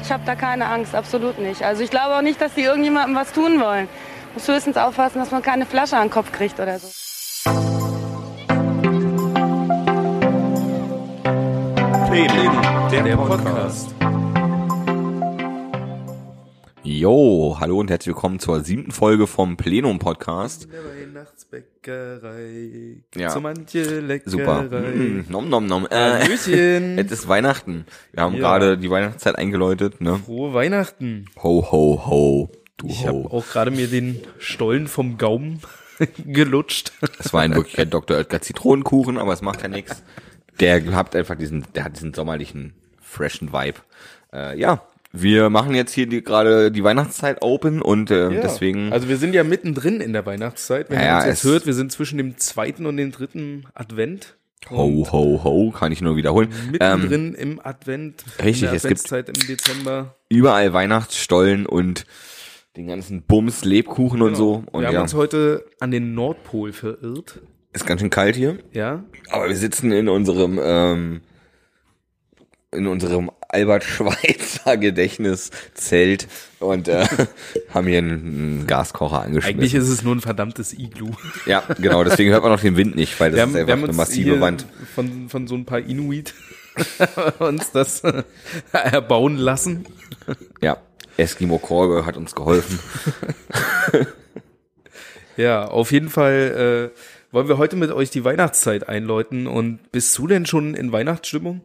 ich habe da keine Angst, absolut nicht. Also ich glaube auch nicht, dass die irgendjemandem was tun wollen. Muss höchstens aufpassen, dass man keine Flasche an den Kopf kriegt oder so. Leben, der, Podcast. Jo, hallo und herzlich willkommen zur siebten Folge vom Plenum Podcast. In der Weihnachtsbäckerei gibt's Ja. so manche Leckerei. Super. Mm, nom nom nom. Äh, Hallöchen. es ist Weihnachten. Wir haben Ja. gerade die Weihnachtszeit eingeläutet, ne? Frohe Weihnachten. Ho ho ho. Du Ich habe ho. auch gerade mir den Stollen vom Gaumen gelutscht. Es war in Wirklichkeit Dr. Oetker Zitronenkuchen, aber es macht ja nichts. Der hat einfach diesen, der hat diesen sommerlichen, freshen Vibe. Äh, ja, wir machen jetzt hier die- gerade die Weihnachtszeit open und äh, deswegen. Also wir sind ja mittendrin in der Weihnachtszeit. Wenn Ja, ihr uns jetzt es- hört, wir sind zwischen dem zweiten und dem dritten Advent. ho ho ho, kann ich nur wiederholen. Ähm, Mittendrin im Advent. richtig, in der es gibt- Adventszeit im Dezember. überall Weihnachtsstollen und den ganzen Bums, Lebkuchen und so. Und Genau. wir haben ja, uns heute an den Nordpol verirrt. ist ganz schön kalt hier. Ja, Aber wir sitzen in unserem, ähm, in unserem Albert Schweitzer Gedächtniszelt und äh, haben hier einen Gaskocher angeschmissen. eigentlich ist es nur ein verdammtes Iglu. ja, genau, deswegen hört man auch den Wind nicht, weil das ist einfach eine massive hier Wand. Von, von so ein paar Inuit uns das äh, erbauen lassen. Ja. Eskimo Korbe hat uns geholfen. Ja, auf jeden Fall äh, wollen wir heute mit euch die Weihnachtszeit einläuten. Und bist du denn schon in Weihnachtsstimmung?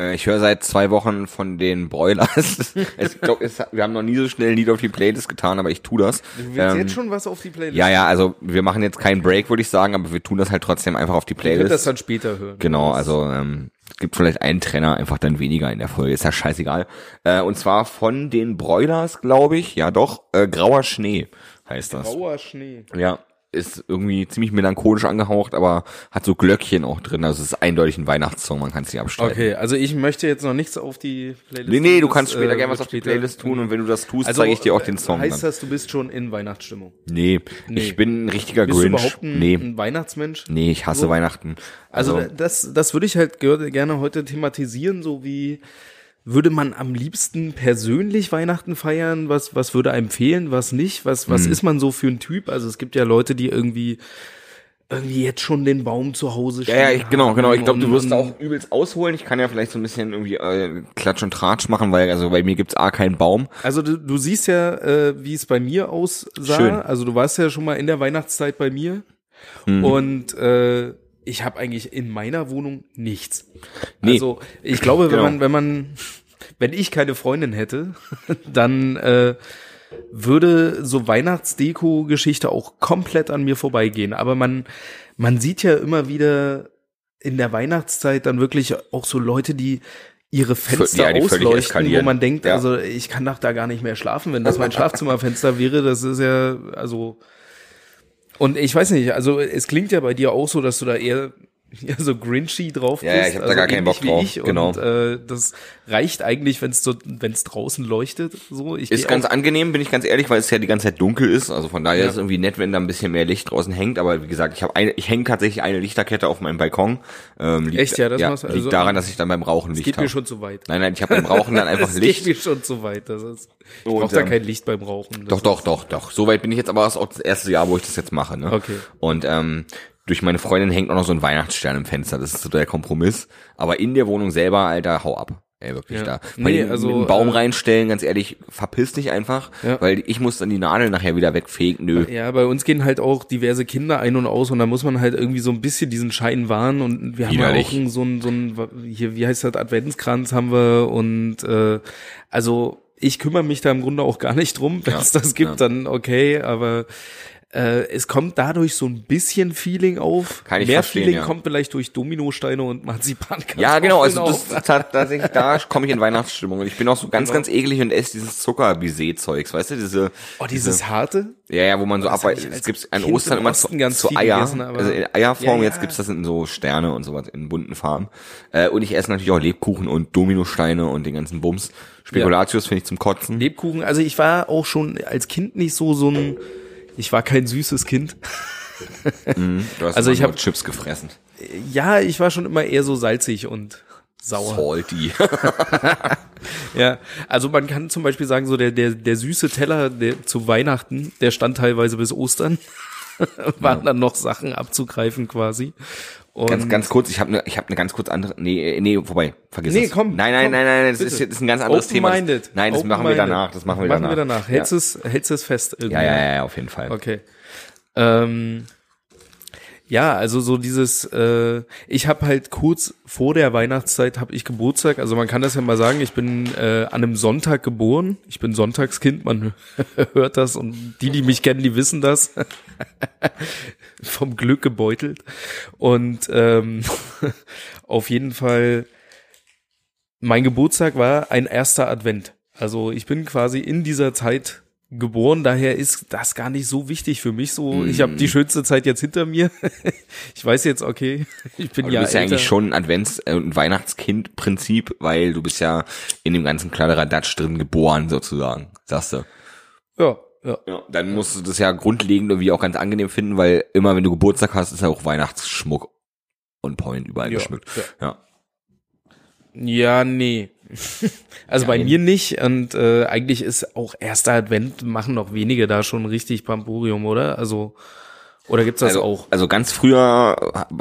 Äh, Ich höre seit zwei Wochen von den Broilers. Es, ich glaub, es, hat- wir haben noch nie so schnell ein Lied auf die Playlist getan, aber ich tu das. Du willst Ähm, jetzt schon was auf die Playlist? Ja, ja, also wir machen jetzt keinen Break, würde ich sagen, aber wir tun das halt trotzdem einfach auf die Ich werde das halt Playlist. dann später hören. Genau, also ähm, es gibt vielleicht einen Trainer einfach dann weniger in der Folge, ist ja scheißegal. Äh, und zwar von den Broilers, glaube ich, ja doch, äh, Grauer Schnee heißt das. Grauer Schnee. Ja, ist irgendwie ziemlich melancholisch angehaucht, aber hat so Glöckchen auch drin, also es ist eindeutig ein Weihnachtssong, man kann es nicht abstreiten. Okay, also ich möchte jetzt noch nichts auf die Playlist. Nee, nee, du Das, kannst später äh, gerne was wird auf die später- Playlist tun und wenn du das tust, Also zeige ich dir auch den Song Heißt dann. das, du bist schon in Weihnachtsstimmung? Nee, Nee. ich bin ein richtiger Bist du Grinch. überhaupt ein, Nee, ein Weihnachtsmensch? nee, ich hasse So. Weihnachten. Also das, das würde ich halt ge- gerne heute thematisieren, so wie würde man am liebsten persönlich Weihnachten feiern? Was, was würde einem fehlen, was nicht? Was, Hm. was ist man so für ein Typ? Also es gibt ja Leute, die irgendwie irgendwie jetzt schon den Baum zu Hause stehen. Ja, ja, ich, genau, genau. Ich glaube, du haben wirst und- auch übelst ausholen. Ich kann ja vielleicht so ein bisschen irgendwie äh, Klatsch und Tratsch machen, weil also bei mir gibt's A keinen Baum. Also du, du siehst ja, äh, wie es bei mir aussah. Schön. Also du warst ja schon mal in der Weihnachtszeit bei mir. Mhm. Und äh, ich habe eigentlich in meiner Wohnung nichts. Nee. Also ich glaube, wenn Genau. man, wenn man, wenn ich keine Freundin hätte, dann äh, würde so Weihnachtsdeko-Geschichte auch komplett an mir vorbeigehen. Aber man, man sieht ja immer wieder in der Weihnachtszeit dann wirklich auch so Leute, die ihre Fenster ja, die völlig ausleuchten, wo eskalieren. man denkt, Ja. also ich kann doch da gar nicht mehr schlafen, wenn das mein Schlafzimmerfenster wäre. Das ist ja, also. Und ich weiß nicht, also es klingt ja bei dir auch so, dass du da eher, eher so grinchy drauf Ja, bist. ich hab da also gar keinen ähnlich Bock wie drauf, Ich. genau. Und äh, das reicht eigentlich, wenn es so, wenn's draußen leuchtet. So, ich Ist geh ganz auch, angenehm, bin ich ganz ehrlich, weil es ja die ganze Zeit dunkel ist. Also von daher Ja. ist es irgendwie nett, wenn da ein bisschen mehr Licht draußen hängt. Aber wie gesagt, ich habe eine, ich hänge tatsächlich eine Lichterkette auf meinem Balkon. Ähm, liegt, Echt, ja, das machst du- also- liegt daran, dass ich dann beim Rauchen Licht geht mir habe. schon zu weit. Nein, nein, ich habe beim Rauchen dann einfach Das Licht. geht mir schon zu weit. Das ist, ich Und, brauch da ähm, kein Licht beim Rauchen. Das Doch, doch, doch, doch. Soweit bin ich jetzt aber das ist auch das erste Jahr, wo ich das jetzt mache. Ne? Okay. Und ähm, durch meine Freundin hängt auch noch so ein Weihnachtsstern im Fenster. Das ist so der Kompromiss. Aber in der Wohnung selber, Alter, hau ab. Ey, wirklich Ja. da. Nee, Weil nee, also, also, einen Baum äh, reinstellen, ganz ehrlich, verpiss dich einfach, Ja. weil ich muss dann die Nadel nachher wieder wegfegen. Nö. Ja, bei uns gehen halt auch diverse Kinder ein und aus und da muss man halt irgendwie so ein bisschen diesen Schein wahren und wir haben ja Widerlich. auch einen- so einen, so einen, hier, wie heißt das, Adventskranz haben wir und äh, also ich kümmere mich da im Grunde auch gar nicht drum, wenn es Ja, das gibt, ja. dann okay, aber äh, es kommt dadurch so ein bisschen Feeling auf. Kann ich Mehr verstehen, Feeling ja. kommt vielleicht durch Dominosteine und Marzipankartoffeln Ja, genau, also auf. das, tat- tatsächlich, da komme ich in Weihnachtsstimmung. Und ich bin auch so Genau. ganz, ganz eklig und esse dieses Zuckerbisset-Zeugs, weißt du, diese, oh, dieses harte? Ja, ja, wo man so hab ich abweicht. als Es gibt an Kind Ostern im immer Osten zu, ganz zu viel Eier. gegessen, aber- also in Eierform, Ja, ja. jetzt gibt's das in so Sterne und sowas in bunten Farben. Äh, und ich esse natürlich auch Lebkuchen und Dominosteine und den ganzen Bums. Spekulatius finde ich zum Kotzen. Lebkuchen, also ich war auch schon als Kind nicht so so ein, ich war kein süßes Kind. Du hast Also immer ich nur hab- Chips gefressen. Ja, ich war schon immer eher so salzig und sauer. Salty. Ja, also man kann zum Beispiel sagen, so der, der, der süße Teller der, zu Weihnachten, der stand teilweise bis Ostern. Waren dann noch Sachen abzugreifen quasi. Und Ganz, ganz kurz, ich habe eine ich hab ne ganz kurz andere. Nee, äh, nee, vorbei, vergiss Nee, es. komm, Nein, nein, komm, nein, nein, das ist, bitte. das ist ein ganz anderes Thema. Das- Open-minded. Nein, das machen wir Open-minded. danach, das machen wir Machen danach. wir danach. Hältst ja. es, hältst es fest irgendwie. ja, ja, ja, ja, auf jeden Fall. Okay. Ähm, ja, also so dieses, äh, ich habe halt kurz vor der Weihnachtszeit habe ich Geburtstag, also man kann das ja mal sagen, ich bin äh, an einem Sonntag geboren, ich bin Sonntagskind, man hört das und die, die mich kennen, die wissen das, vom Glück gebeutelt und ähm, auf jeden Fall mein Geburtstag war ein erster Advent. Also ich bin quasi in dieser Zeit geboren, daher ist das gar nicht so wichtig für mich. So, ich habe die schönste Zeit jetzt hinter mir. ich weiß jetzt, okay, ich bin Aber ja, du bist ja älter. eigentlich schon ein Advents- äh, und Weihnachtskind-Prinzip, weil du bist ja in dem ganzen Kladderadatsch drin geboren, sozusagen, sagst du. Ja, ja. Ja. Dann musst du das ja grundlegend irgendwie auch ganz angenehm finden, weil immer wenn du Geburtstag hast, ist ja auch Weihnachtsschmuck und Point überall Ja, geschmückt. Ja. Ja, nee. Also bei mir nicht und äh, eigentlich ist auch erster Advent machen noch wenige da schon richtig Pampurium, oder? Also oder gibt's das also, auch? Also ganz früher,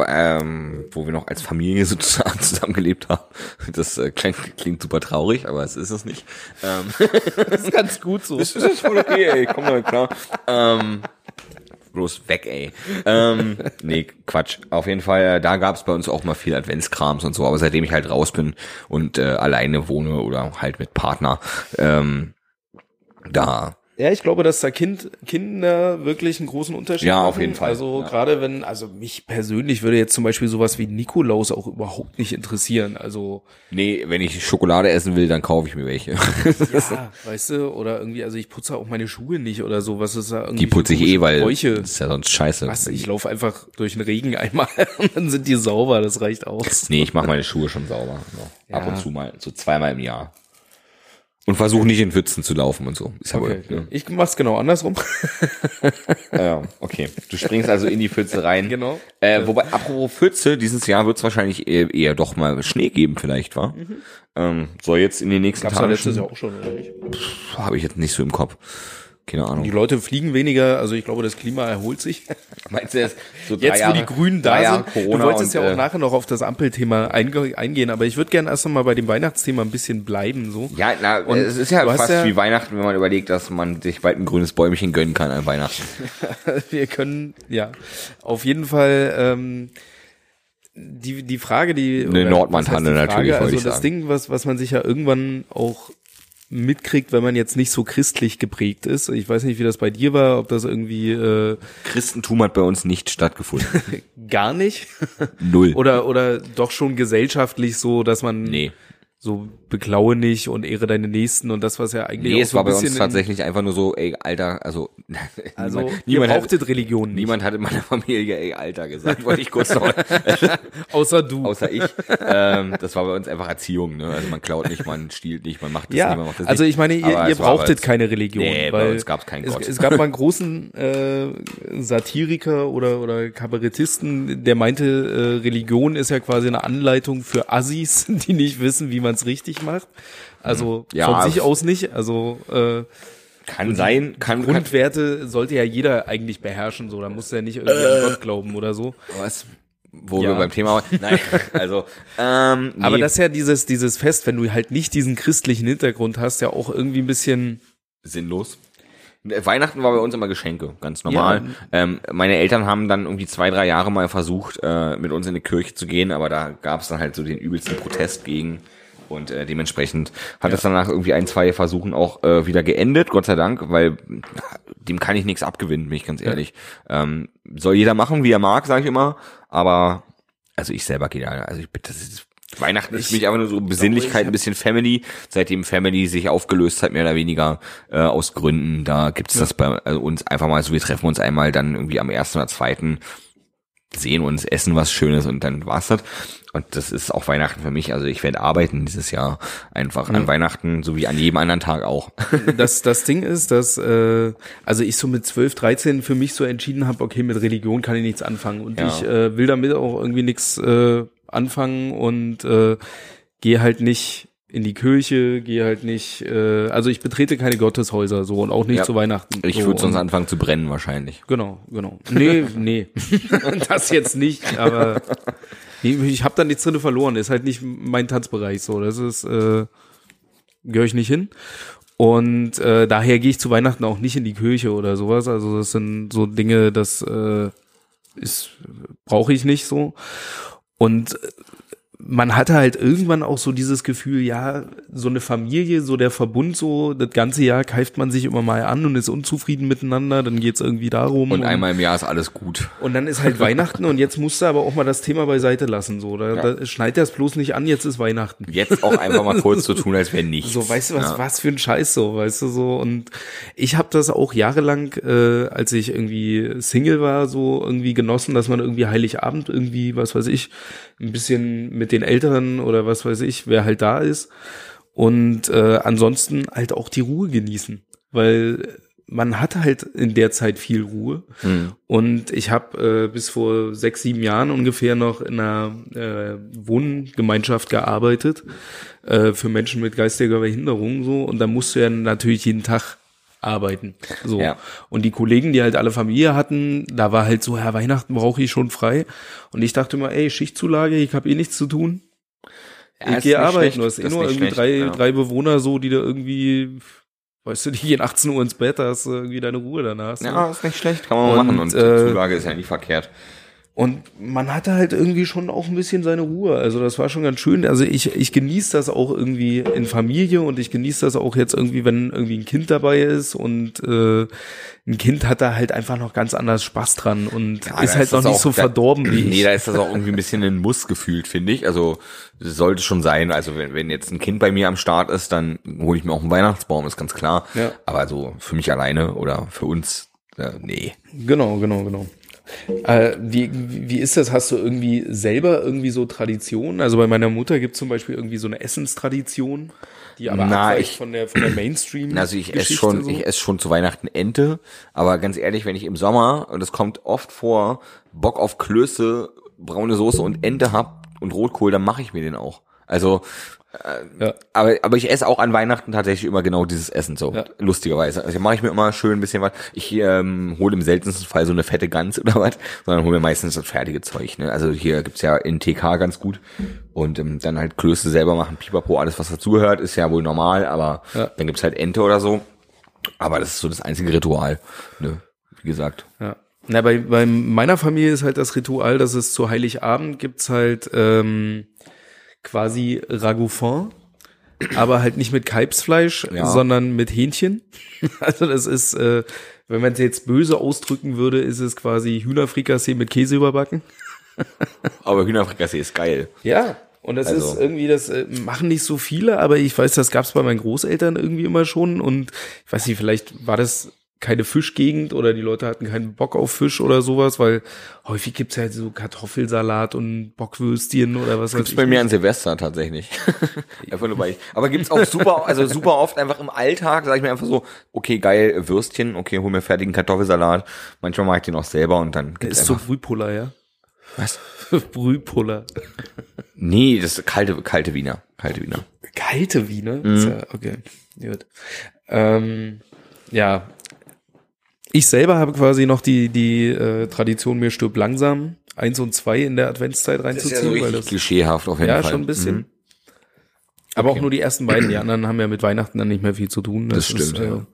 ähm, wo wir noch als Familie sozusagen zusammengelebt haben, das äh, klingt, klingt super traurig, aber es ist es nicht. Ähm, Das ist ganz gut so. das ist voll okay, ey, komm damit klar. Ähm, bloß weg, ey. Ähm, nee, Quatsch. Auf jeden Fall, äh, da gab's bei uns auch mal viel Adventskrams und so, aber seitdem ich halt raus bin und äh, alleine wohne oder halt mit Partner, ähm, da Ja, ich glaube, dass da kind, Kinder wirklich einen großen Unterschied Ja, machen. auf jeden Fall, Also ja. gerade wenn, also mich persönlich würde jetzt zum Beispiel sowas wie Nikolaus auch überhaupt nicht interessieren. Also Nee, wenn ich Schokolade essen will, dann kaufe ich mir welche. Ah. ja, weißt du, oder irgendwie, also ich putze auch meine Schuhe nicht oder so. Was ist da irgendwie? Die putze ich eh, weil Bräuche. das ist ja sonst scheiße. Was? Ich laufe einfach durch den Regen einmal und dann sind die sauber. Das reicht aus. Nee, ich mache meine Schuhe schon sauber. Ja. Ab Ja. und zu mal, so zweimal im Jahr. Und versuche nicht in Pfützen zu laufen und so. Ist ja Okay, wohl, ne? ich mach's genau andersrum. ja, okay. Du springst also in die Pfütze rein. Genau. Äh, wobei, apropos Pfütze, dieses Jahr wird es wahrscheinlich eher, eher doch mal Schnee geben, vielleicht, war. Ähm, soll jetzt in den nächsten Mhm. Gab's ja Tagen. letztes Jahr auch schon, oder nicht? Habe ich jetzt nicht so im Kopf. Keine Ahnung. Die Leute fliegen weniger, also ich glaube, das Klima erholt sich. Meinst du jetzt so drei Jetzt, wo Jahre- die Grünen drei da Jahre sind, Corona du wolltest und, ja auch äh, nachher noch auf das Ampelthema einge eingehen, aber ich würde gerne erst noch mal bei dem Weihnachtsthema ein bisschen bleiben. so. Ja, na, Und es ist ja du hast fast ja- wie Weihnachten, wenn man überlegt, dass man sich bald ein grünes Bäumchen gönnen kann an Weihnachten. Wir können, ja, auf jeden Fall ähm, die, die Frage, die... Eine oder Nordmann-Tanne was heißt die natürlich, wollte Also ich das sagen. Ding, was, was man sich ja irgendwann auch mitkriegt, wenn man jetzt nicht so christlich geprägt ist. Ich weiß nicht, wie das bei dir war, ob das irgendwie äh, Christentum hat bei uns nicht stattgefunden. gar nicht Null. oder oder doch schon gesellschaftlich so, dass man nee. so beklaue nicht und ehre deine Nächsten und das, was ja eigentlich Nee, auch es so war ein bei bisschen uns tatsächlich einfach nur so, ey, Alter, also, Also, niemand, ihr niemand, brauchtet hat, Religion nicht, niemand hat in meiner Familie, ey, Alter gesagt, wollte ich kurz noch, außer du. außer ich. Ähm, das war bei uns einfach Erziehung, ne? Also man klaut nicht, man stiehlt nicht, man macht das nicht, man ja, macht das also nicht. ich meine, ihr, Aber ihr es war bei brauchtet uns- keine Religion. Nee, bei weil uns gab's keinen es, Gott. Es gab mal einen großen äh, Satiriker oder, oder Kabarettisten, der meinte, äh, Religion ist ja quasi eine Anleitung für Assis, die nicht wissen, wie man es richtig macht. Also Hm. Ja, von sich es- aus nicht. Also äh, Kann sein, kann, kann, Grundwerte sollte ja jeder eigentlich beherrschen. So, da muss ja nicht irgendwie an Gott glauben oder so. was? Wo Ja. wir beim Thema, nein, also, ähm, nee, Aber das ist ja dieses, dieses Fest, wenn du halt nicht diesen christlichen Hintergrund hast, ja auch irgendwie ein bisschen. sinnlos. Äh, Weihnachten war bei uns immer Geschenke, ganz normal. Ähm, meine Eltern haben dann irgendwie zwei, drei Jahre mal versucht, äh, mit uns in die Kirche zu gehen, aber da gab es dann halt so den übelsten Protest gegen. Und äh, dementsprechend hat es danach irgendwie ein, zwei Versuchen auch äh, wieder geendet, Gott sei Dank, weil dem kann ich nichts abgewinnen, bin ich ganz ehrlich. Ähm, soll jeder machen, wie er mag, sage ich immer. Aber also ich selber gehe da, also ich bitte, das ist, Weihnachten ist für mich einfach nur so Besinnlichkeit, ein bisschen Family. Seitdem Family sich aufgelöst hat, mehr oder weniger, äh, aus Gründen, da gibt's das bei also uns einfach mal so, wir treffen uns einmal dann irgendwie am ersten oder zweiten, sehen uns, essen was Schönes und dann war's das. Und das ist auch Weihnachten für mich, also ich werde arbeiten dieses Jahr einfach an Weihnachten, so wie an jedem anderen Tag auch. Das, das Ding ist, dass äh, also ich so mit 12, 13 für mich so entschieden habe, okay, mit Religion kann ich nichts anfangen. Und Ja. ich äh, will damit auch irgendwie nichts äh, anfangen und äh, gehe halt nicht in die Kirche, gehe halt nicht, äh, also ich betrete keine Gotteshäuser so und auch nicht Ja. zu Weihnachten. Ich so, würde sonst und- anfangen zu brennen wahrscheinlich. Genau, genau. Nee, nee. das jetzt nicht, aber nee, ich habe da nichts drin verloren. Ist halt nicht mein Tanzbereich so. Das ist, äh, gehöre ich nicht hin. Und äh, daher gehe ich zu Weihnachten auch nicht in die Kirche oder sowas. Also das sind so Dinge, das äh, ist brauche ich nicht so. Und äh, man hatte halt irgendwann auch so dieses Gefühl, ja, so eine Familie, so der Verbund, so das ganze Jahr keift man sich immer mal an und ist unzufrieden miteinander, dann geht's irgendwie darum. Und einmal im Jahr ist alles gut. Und dann ist halt Weihnachten und jetzt musst du aber auch mal das Thema beiseite lassen. So, da, Ja. da schneid das bloß nicht an, jetzt ist Weihnachten. Jetzt auch einfach mal kurz so tun, als wäre nichts. So, weißt du, was, ja. was für ein Scheiß so, weißt du, so. Und ich habe das auch jahrelang, äh, als ich irgendwie Single war, so irgendwie genossen, dass man irgendwie Heiligabend irgendwie, was weiß ich, ein bisschen mit den Eltern oder was weiß ich, wer halt da ist. Und äh, ansonsten halt auch die Ruhe genießen, weil man hat halt in der Zeit viel Ruhe. Und ich habe äh, bis vor sechs, sieben Jahren ungefähr noch in einer äh, Wohngemeinschaft gearbeitet äh, für Menschen mit geistiger Behinderung so und da musst du ja natürlich jeden Tag arbeiten so Ja. und die Kollegen die halt alle Familie hatten da war halt so ja Weihnachten brauche ich schon frei und ich dachte immer ey Schichtzulage ich habe eh nichts zu tun Ja, ich ist gehe nicht arbeiten schlecht, du hast eh ist nur nicht irgendwie schlecht, drei ja. drei Bewohner so die da irgendwie weißt du die gehen 18 Uhr ins Bett da hast du irgendwie deine Ruhe danach so. Ja, ist nicht schlecht, kann man mal Und, machen. Und die äh, Zulage ist ja nicht verkehrt. Und man hatte halt irgendwie schon auch ein bisschen seine Ruhe. Also das war schon ganz schön. Also ich, ich genieße das auch irgendwie in Familie und ich genieße das auch jetzt irgendwie, wenn irgendwie ein Kind dabei ist und äh, ein Kind hat da halt einfach noch ganz anders Spaß dran und Ja, ist da halt noch das nicht auch- so da- verdorben wie ich. Nee, da ist das auch irgendwie ein bisschen ein Muss gefühlt, finde ich. Also sollte schon sein. Also wenn, wenn jetzt ein Kind bei mir am Start ist, dann hole ich mir auch einen Weihnachtsbaum, ist ganz klar. Ja. Aber so für mich alleine oder für uns, äh, nee. Genau, genau, genau. Äh, wie, wie ist das? Hast du irgendwie selber irgendwie so Traditionen? Also bei meiner Mutter gibt es zum Beispiel irgendwie so eine Essenstradition, die aber Na, abweicht ich- von der, von der Mainstream. Also ich esse Geschichte schon, so. ich esse schon zu Weihnachten Ente, aber ganz ehrlich, wenn ich im Sommer, und das kommt oft vor, Bock auf Klöße, braune Soße und Ente hab und Rotkohl, dann mache ich mir den auch. Also ja. Aber, aber ich esse auch an Weihnachten tatsächlich immer genau dieses Essen so. Ja. Lustigerweise. Also mache ich mir immer schön ein bisschen was. Ich ähm, hole im seltensten Fall so eine fette Gans oder was, sondern hole mir meistens das fertige Zeug. Ne? Also hier gibt's ja in TK ganz gut. Und ähm, dann halt Klöße selber machen, Pipapo, alles was dazugehört, ist ja wohl normal, aber Ja. dann gibt's halt Ente oder so. Aber das ist so das einzige Ritual. Ne? Wie gesagt. Ja. Na, bei, bei meiner Familie ist halt das Ritual, dass es zu Heiligabend gibt's halt ähm, quasi Ragoufin, aber halt nicht mit Kalbsfleisch, Ja. sondern mit Hähnchen. Also das ist, äh, wenn man es jetzt böse ausdrücken würde, ist es quasi Hühnerfrikassee mit Käse überbacken. Aber Hühnerfrikassee ist geil. Ja. Und das Also- ist irgendwie, das äh, machen nicht so viele, aber ich weiß, das gab's bei meinen Großeltern irgendwie immer schon. Und ich weiß nicht, vielleicht war das keine Fischgegend oder die Leute hatten keinen Bock auf Fisch oder sowas, weil häufig gibt's ja halt so Kartoffelsalat und Bockwürstchen oder was weiß Gibt's ich. bei mir an Silvester tatsächlich. einfach nur weil ich. Aber gibt's auch super, also super oft einfach im Alltag, sage ich mir einfach so, okay, geil, Würstchen, okay, hol mir fertigen Kartoffelsalat. Manchmal mag ich den auch selber und dann gibt's Ist so einfach. Brühpuller, ja? was? Brühpuller. Nee, das ist kalte, kalte Wiener. Kalte Wiener. Kalte Wiener? Ist ja- Okay, gut. Ähm, ja. Ich selber habe quasi noch die, die äh, Tradition, mir stirb langsam, eins und zwei in der Adventszeit reinzuziehen, weil das klischeehaft auf jeden Ja, Fall. schon ein bisschen. Mhm. Aber auch nur die ersten beiden. Die anderen haben ja mit Weihnachten dann nicht mehr viel zu tun. Das stimmt, äh, ja.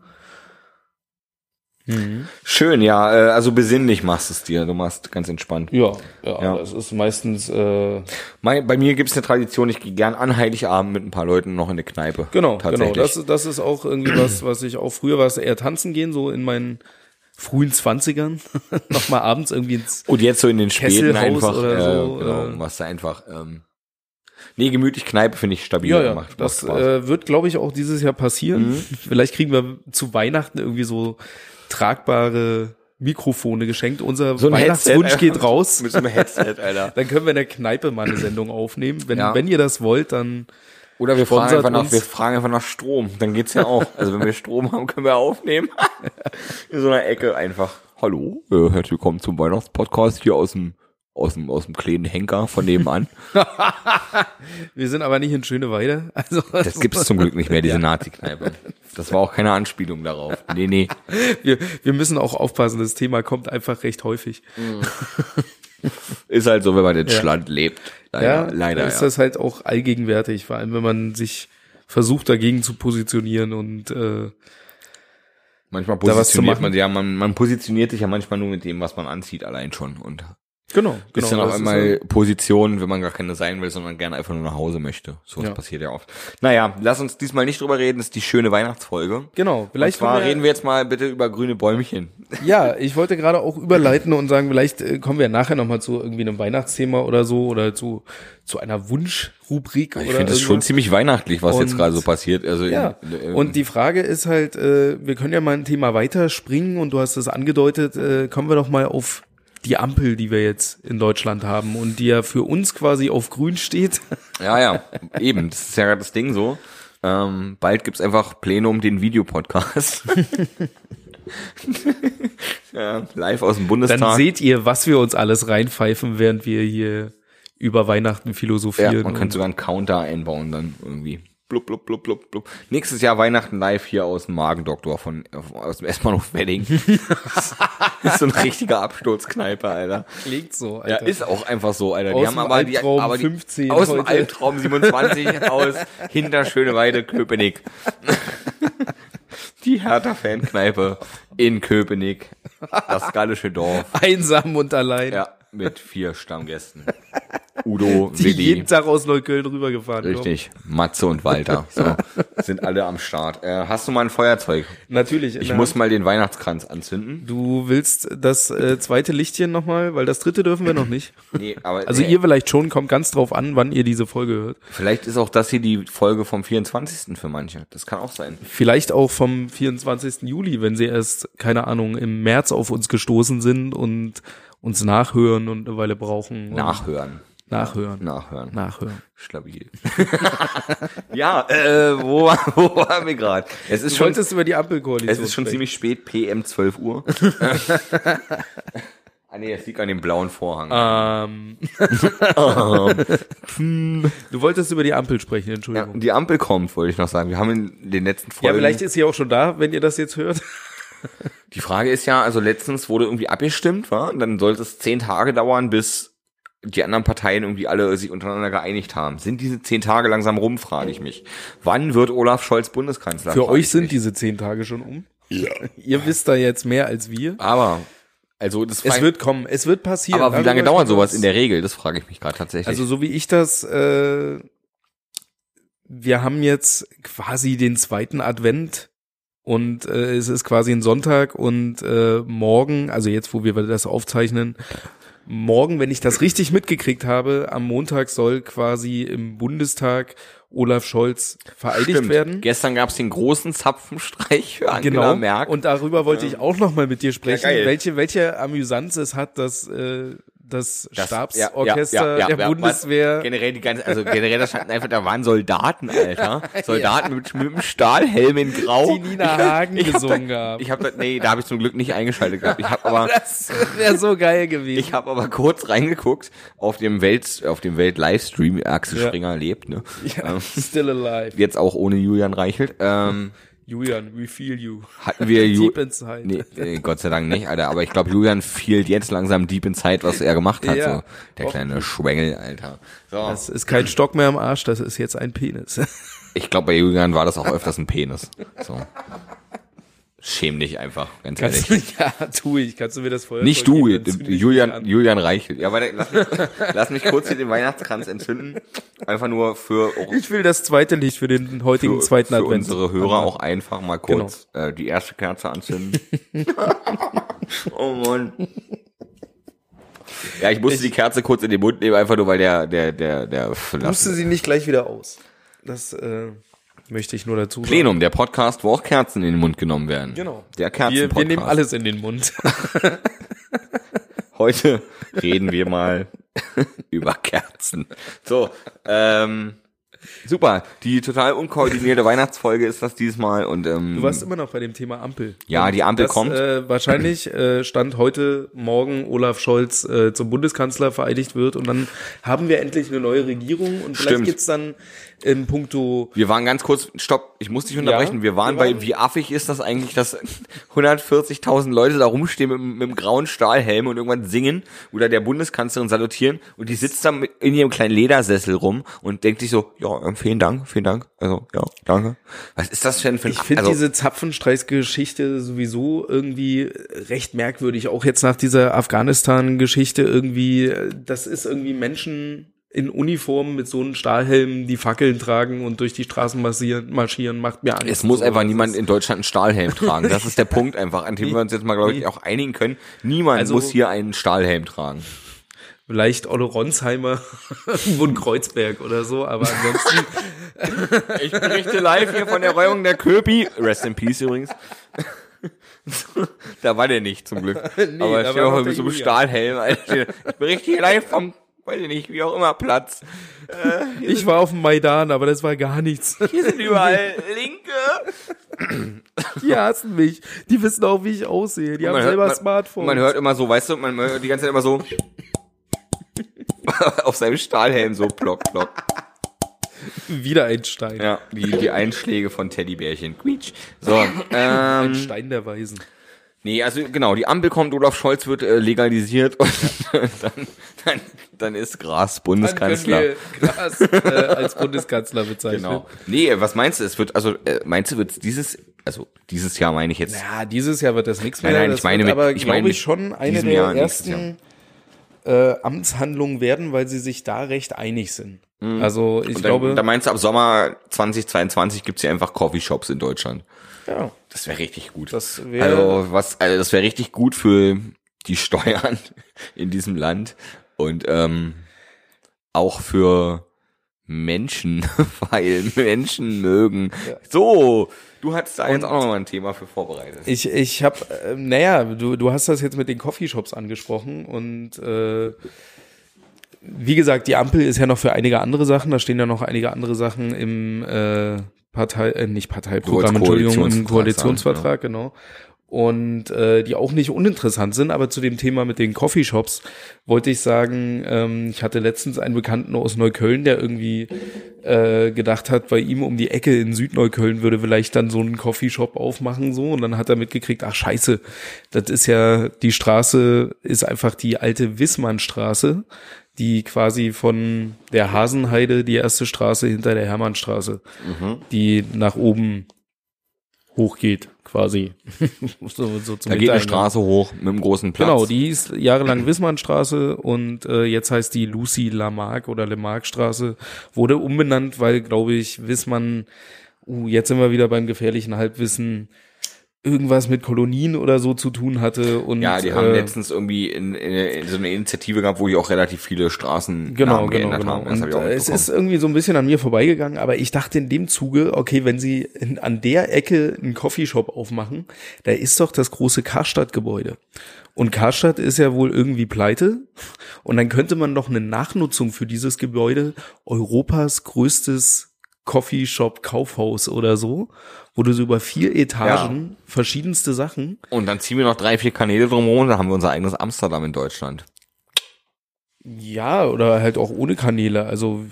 Schön, ja, äh, also besinnlich machst du es dir. Du machst ganz entspannt. ja, ja, Ja. das ist meistens äh, Mein, bei mir gibt's eine Tradition, ich gehe gern an Heiligabend mit ein paar Leuten noch in eine Kneipe. genau, genau. tatsächlich. Das, ist- das ist auch irgendwie was, was ich auch früher war es eher tanzen gehen, so in meinen frühen Zwanzigern. Nochmal abends irgendwie ins Und jetzt so in den Späten Kesselhaus einfach, oder äh, so, genau, äh. machst du einfach, ähm, nee, gemütlich Kneipe finde ich stabil, Ja, ja, macht, das macht Spaß. Mhm. äh, wird, glaube ich, auch dieses Jahr passieren. Vielleicht kriegen wir zu Weihnachten irgendwie so tragbare Mikrofone geschenkt. Unser So ein Weihnachtswunsch Headset, geht Alter. raus. Mit so einem Headset, Alter. Dann können wir in der Kneipe mal eine Sendung aufnehmen. Wenn, Ja. wenn ihr das wollt, dann Oder wir fragen, Sponsert einfach nach, uns. wir fragen einfach nach Strom, dann geht's ja auch. Also wenn wir Strom haben, können wir aufnehmen. in so einer Ecke einfach. Hallo, äh, herzlich willkommen zum Weihnachtspodcast hier aus dem Aus dem, aus dem kleinen Henker von nebenan. Wir sind aber nicht in Schöneweide. Also, Das gibt es zum Glück nicht mehr, diese Nazi-Kneipe. Das war auch keine Anspielung darauf. Nee, nee. Wir, wir müssen auch aufpassen, das Thema kommt einfach recht häufig. Ist halt so, wenn man in Schland lebt. Leider, leider. ist ja. das halt auch allgegenwärtig, vor allem wenn man sich versucht dagegen zu positionieren und äh, Manchmal Da was zu positioniert machen. man, ja, man, man positioniert sich ja manchmal nur mit dem, was man anzieht, allein schon. Und genau, genau. ist dann auf das einmal Position, wenn man gar keine sein will, sondern gerne einfach nur nach Hause möchte. So was Ja. passiert ja oft. Naja, lass uns diesmal nicht drüber reden, das ist die schöne Weihnachtsfolge. Genau, vielleicht Und zwar können wir- reden wir jetzt mal bitte über grüne Bäumchen. Ja, ich wollte gerade auch überleiten und sagen, vielleicht äh, kommen wir nachher nochmal zu irgendwie einem Weihnachtsthema oder so oder zu, zu einer Wunschrubrik Ich oder finde das schon irgendwas. ziemlich weihnachtlich, was jetzt Und- gerade so passiert. Also Ja, in- und die Frage ist halt, äh, wir können ja mal ein Thema weiterspringen und du hast es angedeutet, äh, kommen wir doch mal auf die Ampel, die wir jetzt in Deutschland haben und die ja für uns quasi auf grün steht. Ja, ja, eben. Das ist ja gerade das Ding so. Ähm, bald gibt's einfach Plenum den Videopodcast. ja, live aus dem Bundestag. Dann seht ihr, was wir uns alles reinpfeifen, während wir hier über Weihnachten ja, philosophieren. man könnte sogar einen Counter einbauen dann irgendwie. Blub, blub, blub, blub, blub. Nächstes Jahr Weihnachten live hier aus dem Magendoktor von, aus dem S-Bahnhof Wedding. ist so ein richtiger Absturzkneipe, Alter. klingt so, Ja, Alter. ist auch einfach so, Alter. Aus die haben dem aber die, Albtraum aber die 15 aus dem heute. Albtraum 27 aus hinter Schöneweide Köpenick. die Hertha Fankneipe in Köpenick, das gallische Dorf. einsam und allein. Ja, mit vier Stammgästen. Udo, Die Willi, jeden Tag aus Neukölln rübergefahren kommen. richtig, Matze und Walter, so, sind alle am Start. Äh, hast du mal ein Feuerzeug? Natürlich. Ich muss mal den Weihnachtskranz anzünden. Du willst das äh, zweite Lichtchen nochmal, weil das dritte dürfen wir noch nicht. Nee, aber äh, Also ihr vielleicht schon, kommt ganz drauf an, wann ihr diese Folge hört. vielleicht ist auch das hier die Folge vom 24. für manche. Das kann auch sein. Vielleicht auch vom 24. Juli, wenn sie erst, keine Ahnung, im März auf uns gestoßen sind und uns nachhören und eine Weile brauchen. und Nachhören. Nachhören. Nachhören. Nachhören. Stabil. ja, äh, wo, war- wo waren wir gerade? Es ist Du schon, wolltest über die Ampelkoalition es ist schon sprechen. ziemlich spät, PM 12 Uhr. ah nee, es liegt an dem blauen Vorhang. Ähm, Hm. du wolltest über die Ampel sprechen, Ja, Entschuldigung. die Ampel kommt, wollte ich noch sagen. Wir haben in den letzten Ja, Folgen. vielleicht ist sie auch schon da, wenn ihr das jetzt hört. die Frage ist ja, also letztens wurde irgendwie abgestimmt, war? Und dann sollte es zehn Tage dauern, bis die anderen Parteien irgendwie alle sich untereinander geeinigt haben. Sind diese zehn Tage langsam rum, frage ich mich. Wann wird Olaf Scholz Bundeskanzler? Für frage ich euch sind mich. diese zehn Tage schon um. Ja. Ihr wisst da jetzt mehr als wir. Aber, also das Es frage- wird kommen, es wird passieren. Aber wie lange Darüber dauert sprechen wir sowas in der Regel? Das frage ich mich gerade tatsächlich. Also so wie ich das, äh, wir haben jetzt quasi den zweiten Advent und äh, es ist quasi ein Sonntag und äh, morgen, also jetzt, wo wir das aufzeichnen, morgen, wenn ich das richtig mitgekriegt habe, am Montag soll quasi im Bundestag Olaf Scholz vereidigt Stimmt. werden. Gestern gab es den großen Zapfenstreich für Angela Genau. Merkel. Und darüber wollte ich auch noch mal mit dir sprechen, Ja, geil. welche welche Amüsanz es hat, dass äh, das, Das- Stabsorchester ja, ja, ja, der ja, was- Bundeswehr Generell die ganze, also generell da standen einfach, da waren Soldaten, Alter. Soldaten mit, mit einem Stahlhelm in Grau. die Nina Hagen Ich hab gesungen da, haben. ich hab da, nee, da habe ich zum Glück nicht eingeschaltet gehabt. Ich habe aber, Das wäre so geil gewesen. ich habe aber kurz reingeguckt auf dem Welt, auf dem Welt-Livestream. Axel Ja. Springer lebt, ne? ja, Ähm, still alive. Jetzt auch ohne Julian Reichelt. Ähm, Julian, we feel you. hatten wir Ju- Deep inside. Nee, nee, Gott sei Dank nicht, Alter. Aber ich glaube, Julian fehlt jetzt langsam deep in Zeit, was er gemacht hat. Ja. So. Der kleine Schwengel, Alter. So. Das ist kein Stock mehr am Arsch, das ist jetzt ein Penis. Ich glaube, bei Julian war das auch öfters ein Penis. So. Schäm dich einfach, ganz Kannst ehrlich. du, ja, tu Also ich. Kannst du mir das vorher Nicht du, äh, Julian, An. Julian Reichelt. Ja, warte, lass mich, lass mich kurz hier den Weihnachtskranz entzünden. Einfach nur für, Ich will das zweite Licht für den heutigen für, zweiten für Advent. Genau. unsere Hörer auch einfach mal kurz äh, die erste Kerze anzünden. oh Mann. Ja, ich musste die Kerze kurz in den Mund nehmen, einfach nur weil der der der der Musste sie nicht gleich wieder aus. Das äh, möchte ich nur dazu sagen. Plenum, der Podcast, wo auch Kerzen in den Mund genommen werden. Genau. Der Wir, Kerzenpodcast. wir nehmen alles in den Mund. Heute reden wir mal über Kerzen. So, ähm, Super. Die total unkoordinierte Weihnachtsfolge ist das diesmal und ähm, Du warst immer noch bei dem Thema Ampel. Ja, Und die Ampel das, kommt. Äh, wahrscheinlich äh, stand heute Morgen Olaf Scholz äh, zum Bundeskanzler vereidigt wird und dann haben wir endlich eine neue Regierung und vielleicht Stimmt. gibt's dann in puncto Wir waren ganz kurz, stopp, ich muss dich unterbrechen. Ja, wir, waren wir bei, waren- wie affig ist das eigentlich, dass 140.000 Leute da rumstehen mit, mit dem grauen Stahlhelm und irgendwann singen oder der Bundeskanzlerin salutieren und die sitzt da mit- in ihrem kleinen Ledersessel rum und denkt sich so, ja, ähm, vielen Dank, vielen Dank, also, ja, danke. Was ist das denn für ein, Ich finde also, diese Zapfenstreichsgeschichte sowieso irgendwie recht merkwürdig. Auch jetzt nach dieser Afghanistan-Geschichte irgendwie, äh, das ist irgendwie Menschen in Uniform mit so einem Stahlhelm, die Fackeln tragen und durch die Straßen marschieren, marschieren macht mir Angst. es muss So, einfach das niemand ist- in Deutschland einen Stahlhelm tragen. Das ist der Punkt einfach, an dem wir uns jetzt mal, glaube ich, auch einigen können. Niemand Also- muss hier einen Stahlhelm tragen. Vielleicht Olle Ronsheimer irgendwo in Kreuzberg oder so, aber ansonsten Ich berichte live hier von der Räumung der Köpi. Rest in Peace übrigens. da war der nicht, zum Glück. da Aber stell dir war mal noch mit so einem der Julian. Stahlhelm. Alter. Ich berichte hier live vom, weiß ich nicht, wie auch immer, Platz. ich war auf dem Maidan, aber das war gar nichts. Hier sind überall Linke. Die hassen mich. Die wissen auch, wie ich aussehe. Die haben selber Smartphones. Man hört immer so, weißt du, man hört die ganze Zeit immer so auf seinem Stahlhelm so plock, plock. wieder ein Stein. Ja, die, die Einschläge von Teddybärchen. Quietsch. So, ähm. Ein Stein der Weisen. Nee, also genau, die Ampel kommt, Olaf Scholz wird äh, legalisiert und dann, dann, dann ist Gras Bundeskanzler. Dann können wir Gras äh, als Bundeskanzler bezeichnen. Genau. Nee, was meinst du? Es wird, also äh, meinst du, wird's dieses, also dieses Jahr meine ich jetzt. Ja, dieses Jahr wird das nichts mehr. Nein, nein, ich das meine wird mit- aber, ich glaube meine ich, mit schon eine diesem der Jahr, nächstes ersten äh, Amtshandlungen werden, weil sie sich da recht einig sind. Also ich Mhm. Und dann, glaube, da meinst du, ab Sommer 2022 gibt's ja einfach Coffeeshops in Deutschland. ja, Das wäre richtig gut. das wäre also was, also das wäre richtig gut für die Steuern in diesem Land und ähm, auch für Menschen, weil Menschen mögen. So, du hattest da jetzt auch nochmal ein Thema für vorbereitet. ich, ich habe, äh, naja, du, du hast das jetzt mit den Coffeeshops angesprochen und äh, wie gesagt, die Ampel ist ja noch für einige andere Sachen, da stehen ja noch einige andere Sachen im äh, Partei, äh, nicht Parteiprogramm, Entschuldigung, im Koalitionsvertrag, Koalitionsvertrag, genau. Und äh, die auch nicht uninteressant sind, aber zu dem Thema mit den Coffeeshops wollte ich sagen, ähm, ich hatte letztens einen Bekannten aus Neukölln, der irgendwie äh, gedacht hat, bei ihm um die Ecke in Südneukölln würde vielleicht dann so einen Coffeeshop aufmachen so und dann hat er mitgekriegt, ach scheiße, das ist ja, die Straße ist einfach die alte Wissmannstraße, die quasi von der Hasenheide, die erste Straße hinter der Hermannstraße, die nach oben hochgeht quasi. so, so zum Da geht eine Hintereingang. Straße hoch mit einem großen Platz. Genau, die hieß jahrelang Wissmannstraße und äh, jetzt heißt die Lucy Lamarck oder Lamarckstraße. Wurde umbenannt, weil, glaube ich, Wissmann, uh, jetzt sind wir wieder beim gefährlichen Halbwissen, irgendwas mit Kolonien oder so zu tun hatte. Und, ja, die haben äh, letztens irgendwie in, in, in so eine Initiative gehabt, wo die auch relativ viele Straßen Genau, genau, geändert genau. haben. Das hab Und, ich auch äh, es mitbekommen. ist irgendwie so ein bisschen an mir vorbeigegangen, aber ich dachte in dem Zuge, okay, wenn sie in, an der Ecke einen Coffeeshop aufmachen, da ist doch das große Karstadt-Gebäude. Und Karstadt ist ja wohl irgendwie pleite. Und dann könnte man doch eine Nachnutzung für dieses Gebäude, Europas größtes Coffeeshop-Kaufhaus oder so, wo du so über vier Etagen verschiedenste Sachen und dann ziehen wir noch drei, vier Kanäle drumherum, dann haben wir unser eigenes Amsterdam in Deutschland. ja, oder halt auch ohne Kanäle. Also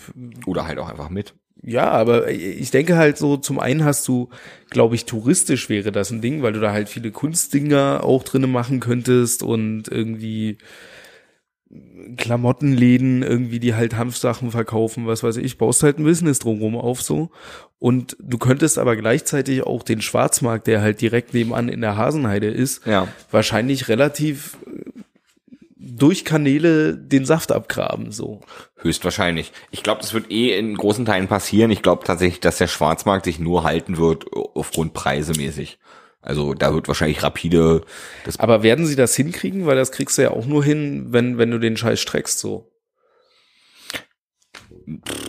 Oder halt auch einfach mit. Ja, aber ich denke halt so, zum einen hast du, glaube ich, touristisch wäre das ein Ding, weil du da halt viele Kunstdinger auch drinnen machen könntest und irgendwie Klamottenläden irgendwie, die halt Hanfsachen verkaufen, was weiß ich, baust halt ein Business drumrum auf so. Und du könntest aber gleichzeitig auch den Schwarzmarkt, der halt direkt nebenan in der Hasenheide ist, Ja. wahrscheinlich relativ äh, durch Kanäle den Saft abgraben, so. Höchstwahrscheinlich. Ich glaube, das wird eh in großen Teilen passieren. Ich glaube tatsächlich, dass der Schwarzmarkt sich nur halten wird äh, aufgrund preisemäßig. Also da wird wahrscheinlich rapide das Aber werden sie das hinkriegen? Weil das kriegst du ja auch nur hin, wenn, wenn du den Scheiß streckst, so.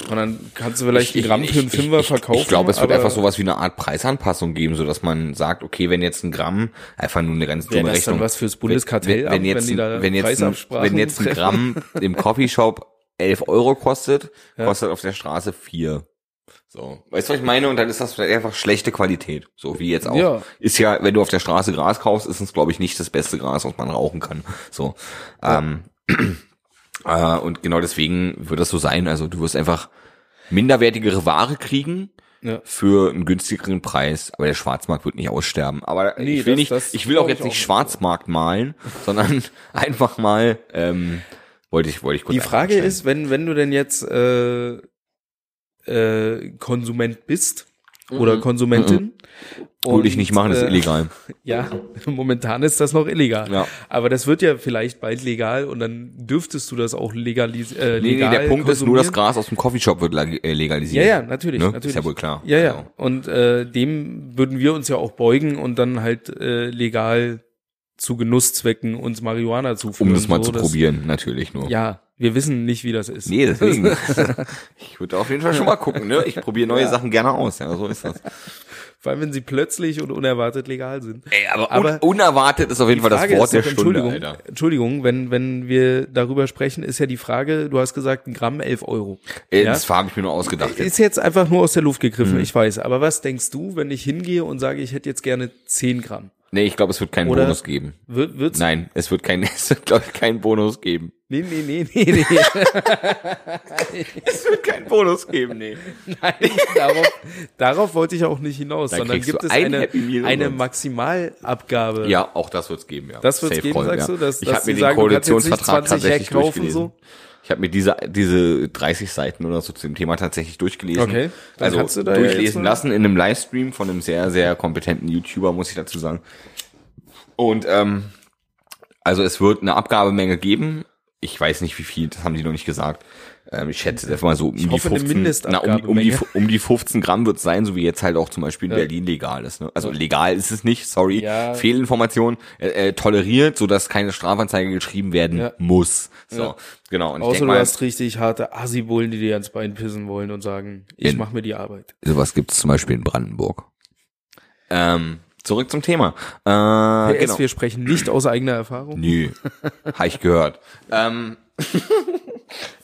Und dann kannst du vielleicht einen Gramm für einen Fünfer ich, verkaufen. Ich glaube, es wird aber einfach sowas wie eine Art Preisanpassung geben, so dass man sagt, okay, wenn jetzt ein Gramm, einfach nur eine ganz Wäre dumme das Rechnung. dann was fürs Bundeskartellamt, wenn, wenn, jetzt, wenn die da ein- wenn, jetzt ein, Preisabsprachen wenn jetzt ein treffen? Gramm im Coffeeshop 11 Euro kostet, kostet auf der Straße 4. So. Weißt du, was ich meine? Und dann ist das vielleicht einfach schlechte Qualität. So wie jetzt auch. Ja. Ist ja, wenn du auf der Straße Gras kaufst, ist es, glaube ich, nicht das beste Gras, was man rauchen kann. So. Ähm, äh, und genau deswegen wird das so sein. Also du wirst einfach minderwertigere Ware kriegen Ja. für einen günstigeren Preis. Aber der Schwarzmarkt wird nicht aussterben. Aber Nee, ich will, das- nicht, das ich will auch glaub jetzt ich nicht auch nicht. Schwarzmarkt malen, sondern einfach mal, ähm, wollte ich, wollte ich kurz Die Frage einstellen. ist, wenn, wenn du denn jetzt äh, äh, Konsument bist oder Konsumentin. Würde Mhm. ich nicht machen, ist äh, illegal. Ja, momentan ist das noch illegal. Ja. Aber das wird ja vielleicht bald legal und dann dürftest du das auch legalis äh, Nee, nee, legal der Punkt ist, nur das konsumieren. Gras aus dem Coffeeshop wird lag- äh, Ja, legalisiert. ja, natürlich, Ne? Ist natürlich. ja wohl klar. Ja, ja. Also. Und äh, dem würden wir uns ja auch beugen und dann halt äh, legal zu Genusszwecken uns Marihuana zuführen. Um das mal so, zu dass- probieren, natürlich nur. Ja, wir wissen nicht, wie das ist. Nee, deswegen. ich würde auf jeden Fall schon mal gucken, ne? Ich probiere neue Sachen gerne aus, ja, so ist das. Vor allem, wenn sie plötzlich und unerwartet legal sind. Ey, aber, Aber un unerwartet ist auf jeden Fall das Frage Wort ist der doch, Stunde, Entschuldigung, Alter. Entschuldigung, wenn, wenn wir darüber sprechen, ist ja die Frage, du hast gesagt, ein Gramm 11 Euro. Ey, ja? Äh, Das habe ich mir nur ausgedacht. Jetzt. Ist jetzt einfach nur aus der Luft gegriffen, Mhm. ich weiß. Aber was denkst du, wenn ich hingehe und sage, ich hätte jetzt gerne 10 Gramm? Nee, ich glaube, es wird keinen Oder- Bonus geben. Wird, wird's? Nein, es wird kein, es wird, glaube ich, keinen Bonus geben. Nee, nee, nee, nee, nee. Es wird keinen Bonus geben, nee. Nein, darauf, darauf wollte ich auch nicht hinaus, Dann sondern kriegst du gibt es ein eine, Happy Meal eine umsonst. Maximalabgabe. Ja, auch das wird's geben, ja. Äh, Das wird's Safe geben, Call, sagst ja. du, dass- ich dass habe mir die den sagen, du kannst jetzt nicht Koalitionsvertrag 20 Jack tatsächlich kaufen, durchgelesen. so? Ich habe mir diese diese 30 Seiten oder so zu dem Thema tatsächlich durchgelesen. Okay, dann kannst also du da ja jetzt durchlesen mal- lassen in einem Livestream von einem sehr sehr kompetenten YouTuber, muss ich dazu sagen. Und ähm, also es wird eine Abgabemenge geben. Ich weiß nicht, wie viel, das haben die noch nicht gesagt. Ähm, ich schätze jetzt einfach mal so um die hoffe, eine 15, na, um, um, die, Mindestabgabemenge. um die 15 Gramm wird es sein, so wie jetzt halt auch zum Beispiel in Berlin legal ist. Ne? Also legal ist es nicht, sorry. Ja. Fehlinformation äh, äh, toleriert, sodass keine Strafanzeige geschrieben werden Ja. muss. So, genau. Und ich Außer denke du mal, hast richtig harte Assi-Bullen, die dir ans Bein pissen wollen und sagen, ich In- mache mir die Arbeit. sowas gibt es zum Beispiel in Brandenburg. Ähm, zurück zum Thema. Äh, PS, genau. wir sprechen nicht aus eigener Erfahrung. Nö, habe ich gehört. ähm,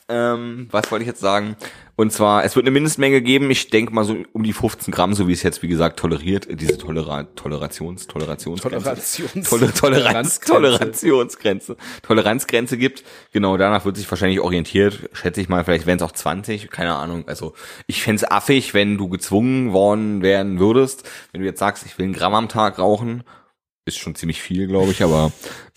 ähm, was wollte ich jetzt sagen? Und zwar, es wird eine Mindestmenge geben, ich denke mal so um die 15 Gramm, so wie es jetzt, wie gesagt, toleriert, diese Tolera Tolerations, Tolerations, Tolerations- Tolle Toleranz, Toleranzgrenze. Toleranzgrenze, Toleranzgrenze gibt. Genau, danach wird sich wahrscheinlich orientiert, schätze ich mal, vielleicht wären es auch 20, keine Ahnung. Also ich fänd's affig, wenn du gezwungen worden werden würdest, wenn du jetzt sagst, ich will einen Gramm am Tag rauchen. Ist schon ziemlich viel, glaube ich, aber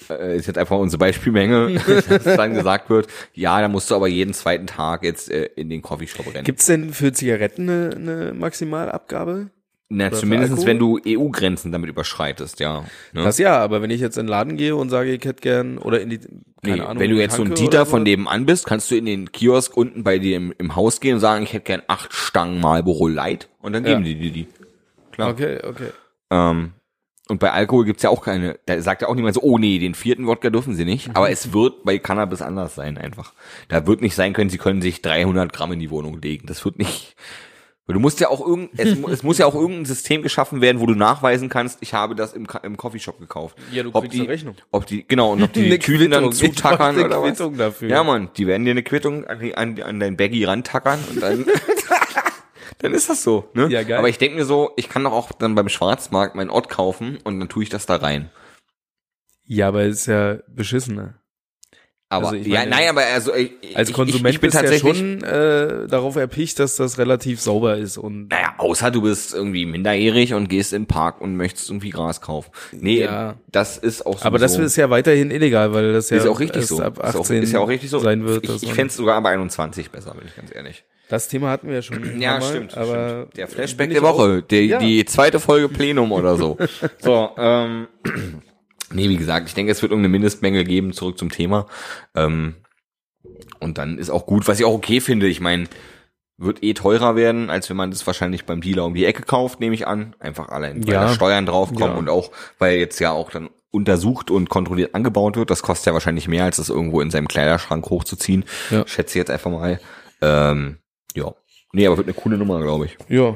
äh, ist jetzt einfach unsere Beispielmenge, dass dann gesagt wird, ja, da musst du aber jeden zweiten Tag jetzt äh, in den Coffeeshop rennen. Gibt's denn für Zigaretten eine, eine Maximalabgabe? Na, für zumindest Alkohol? wenn du EU-Grenzen damit überschreitest, ja. Ne? Das ja, aber wenn ich jetzt in den Laden gehe und sage, ich hätte gern, oder in die, keine Nee, Ahnung. wenn du jetzt so ein Tanke Dieter oder so, von nebenan bist, kannst du in den Kiosk unten bei dir im, im Haus gehen und sagen, ich hätte gern acht Stangen Marlboro Light und dann Ja. geben die dir die. Okay, okay. Ähm, und bei Alkohol gibt's ja auch keine, da sagt ja auch niemand so, oh nee, den vierten Wodka dürfen sie Mhm. nicht, aber es wird bei Cannabis anders sein einfach. Da wird nicht sein können, sie können sich 300 Gramm in die Wohnung legen, das wird nicht... Du musst ja auch irgend, es, mu- es muss ja auch irgendein System geschaffen werden, wo du nachweisen kannst, ich habe das im, Ka- im Coffeeshop gekauft. Ja, du kriegst die, eine Rechnung. Ob die, genau, und ob die, Eine die Tüten dann Quittung. Ich zutackern brauch eine oder was. Quittung dafür. Ja, Mann, die werden dir eine Quittung an, die- an, an dein Baggy rantackern und dann, dann ist das so, ne? Ja, geil. Aber ich denke mir so, ich kann doch auch dann beim Schwarzmarkt meinen Ort kaufen und dann tue ich das da rein. Ja, aber ist ja ne? beschissener. Aber, Also ich ja, meine, nein, aber also, ich, Als ich, Konsument ich, ich bin bist du ja tatsächlich, schon äh, darauf erpicht, dass das relativ sauber ist und naja, außer du bist irgendwie minderjährig und gehst in den Park und möchtest irgendwie Gras kaufen. Nee, Ja. das ist auch so. Aber das ist ja weiterhin illegal, weil das ja ist auch richtig erst so. ab Ist auch- 18 ist ja auch richtig so. sein wird. also. dass ich ich man- fänd's sogar bei 21 besser, bin ich ganz ehrlich. das Thema hatten wir ja schon. Ja, ein paar Mal, stimmt. Mhm. Aber stimmt. Der Flashback bin ich der Woche, der, Ja. die zweite Folge Plenum oder so. so, ähm, nee, wie gesagt, ich denke, es wird irgendeine Mindestmenge geben, zurück zum Thema. Ähm, und dann ist auch gut, was ich auch okay finde. Ich meine, wird eh teurer werden, als wenn man das wahrscheinlich beim Dealer um die Ecke kauft, nehme ich an. Einfach allein, weil Ja. da Steuern draufkommen Ja. und auch, weil jetzt ja auch dann untersucht und kontrolliert angebaut wird. Das kostet ja wahrscheinlich mehr, als das irgendwo in seinem Kleiderschrank hochzuziehen. Ja. Schätze ich jetzt einfach mal. Ähm, ja. Nee, aber wird eine coole Nummer, glaube ich. Ja.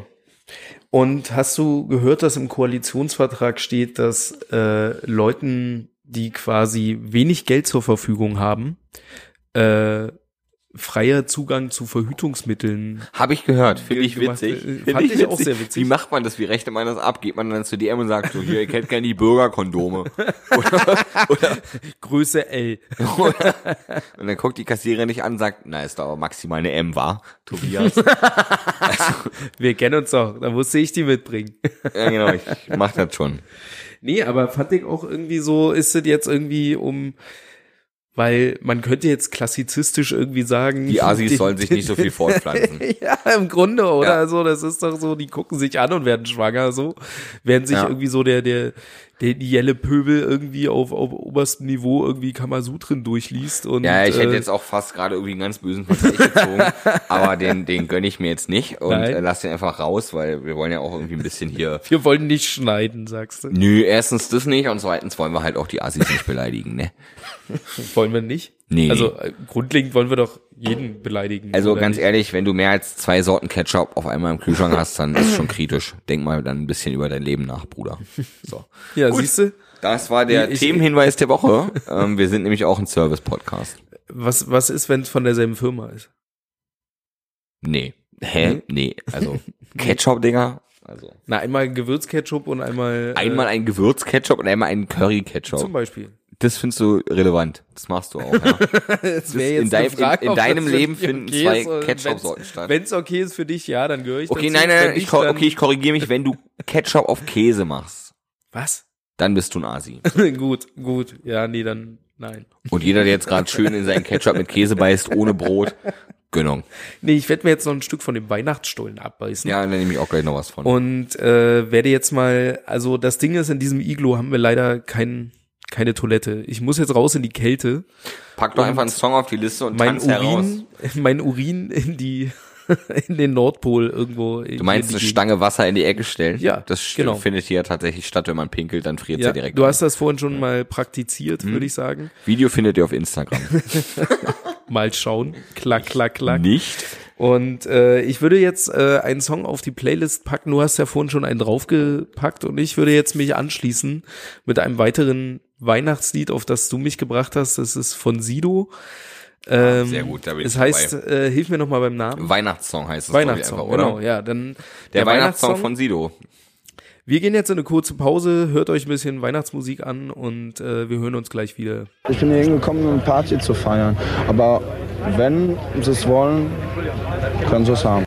Und hast du gehört, dass im Koalitionsvertrag steht, dass äh, Leuten, die quasi wenig Geld zur Verfügung haben, äh, freier Zugang zu Verhütungsmitteln. Habe ich gehört. Finde ich Gemacht, witzig. äh, fand ich auch sehr witzig. Wie macht man das? Wie rechnet man das ab? Geht man dann zu DM und sagt so, hier, ihr kennt gerne die Bürgerkondome. Größe L. Und dann guckt die Kassiererin dich an und sagt, na, ist da aber maximal eine M, war, Tobias. Wir kennen uns doch, da musste ich die mitbringen. ja, genau, ich mach das schon. Nee, aber fand ich auch irgendwie so, ist es jetzt irgendwie um, weil man könnte jetzt klassizistisch irgendwie sagen. Die Asis sollen sich nicht so viel fortpflanzen. Ja, im Grunde, oder? Ja. Also, das ist doch so, die gucken sich an und werden schwanger, so. Werden sich Ja. irgendwie so der, der, der die jelle Pöbel irgendwie auf, auf oberstem Niveau irgendwie Kamasutren durchliest und. Ja, ich hätte äh, jetzt auch fast gerade irgendwie einen ganz bösen Vergleich gezogen, aber den, den gönne ich mir jetzt nicht und Nein. äh, lass den einfach raus, weil wir wollen ja auch irgendwie ein bisschen hier. Wir wollen nicht schneiden, sagst du. Nö, erstens das nicht und zweitens wollen wir halt auch die Assis nicht beleidigen, ne? Wollen wir nicht? Nee. Also, äh, grundlegend wollen wir doch jeden beleidigen. Also oder ganz nicht? ehrlich, wenn du mehr als zwei Sorten Ketchup auf einmal im Kühlschrank hast, dann ist schon kritisch. Denk mal dann ein bisschen über dein Leben nach, Bruder. So. Ja, Gut. siehst du? Das war der Ich- Themenhinweis der Woche. ähm, wir sind nämlich auch ein Service-Podcast. Was, was ist, wenn es von derselben Firma ist? Nee. Hä? Hm? Nee. Also Ketchup, Dinger. Also. Na, einmal Gewürzketchup und einmal. Einmal ein Gewürz-Ketchup und einmal ein Äh, zum Curry-Ketchup. Beispiel. Das findest du relevant. Das machst du auch, ja. Das in deinem- in- in deinem Leben finden zwei Ketchup-Sorten statt. Wenn es okay ist für dich, ja, dann gehöre ich Okay, dazu. nein, Wenn nein, nein, ich, nicht, kor- dann- okay, ich korrigiere mich, wenn du Ketchup auf Käse machst, Was? dann bist du ein Asi. gut, gut. Ja, nee, dann nein. Und jeder, der jetzt gerade schön in seinen Ketchup mit Käse beißt, ohne Brot, Gönnung. Nee, ich werde mir jetzt noch ein Stück von dem Weihnachtsstollen abbeißen. Ja, da nehme ich auch gleich noch was von. Und äh, werde jetzt mal, also das Ding ist, in diesem Iglo haben wir leider kein, keine Toilette. Ich muss jetzt raus in die Kälte. Pack doch einfach einen Song auf die Liste und Mein tanz heraus. Urin, mein Urin in die in den Nordpol irgendwo. Du meinst eine Stange Wasser in die Ecke stellen? Ja, Das st- genau. findet hier tatsächlich statt, wenn man pinkelt, dann friert ja, Ja, direkt. Mhm. du ein. hast das vorhin schon mal praktiziert, würde ich sagen. Video findet ihr auf Instagram. Mal schauen. Klack, klack, klack. Nicht? Und äh, ich würde jetzt äh, einen Song auf die Playlist packen. Du hast ja vorhin schon einen draufgepackt und ich würde jetzt mich anschließen mit einem weiteren Weihnachtslied, auf das du mich gebracht hast. Das ist von Sido. Ähm, Ah, sehr gut, da bin ich Es heißt, äh, hilf mir nochmal beim Namen. Weihnachtssong heißt es glaub ich, Weihnachtssong, einfach, oder? genau, ja. Dann Der, Weihnachtssong von Sido. Wir gehen jetzt in eine kurze Pause, hört euch ein bisschen Weihnachtsmusik an und äh, wir hören uns gleich wieder. Ich bin hier hingekommen, um eine Party zu feiern. Aber wenn sie es wollen, können sie es haben.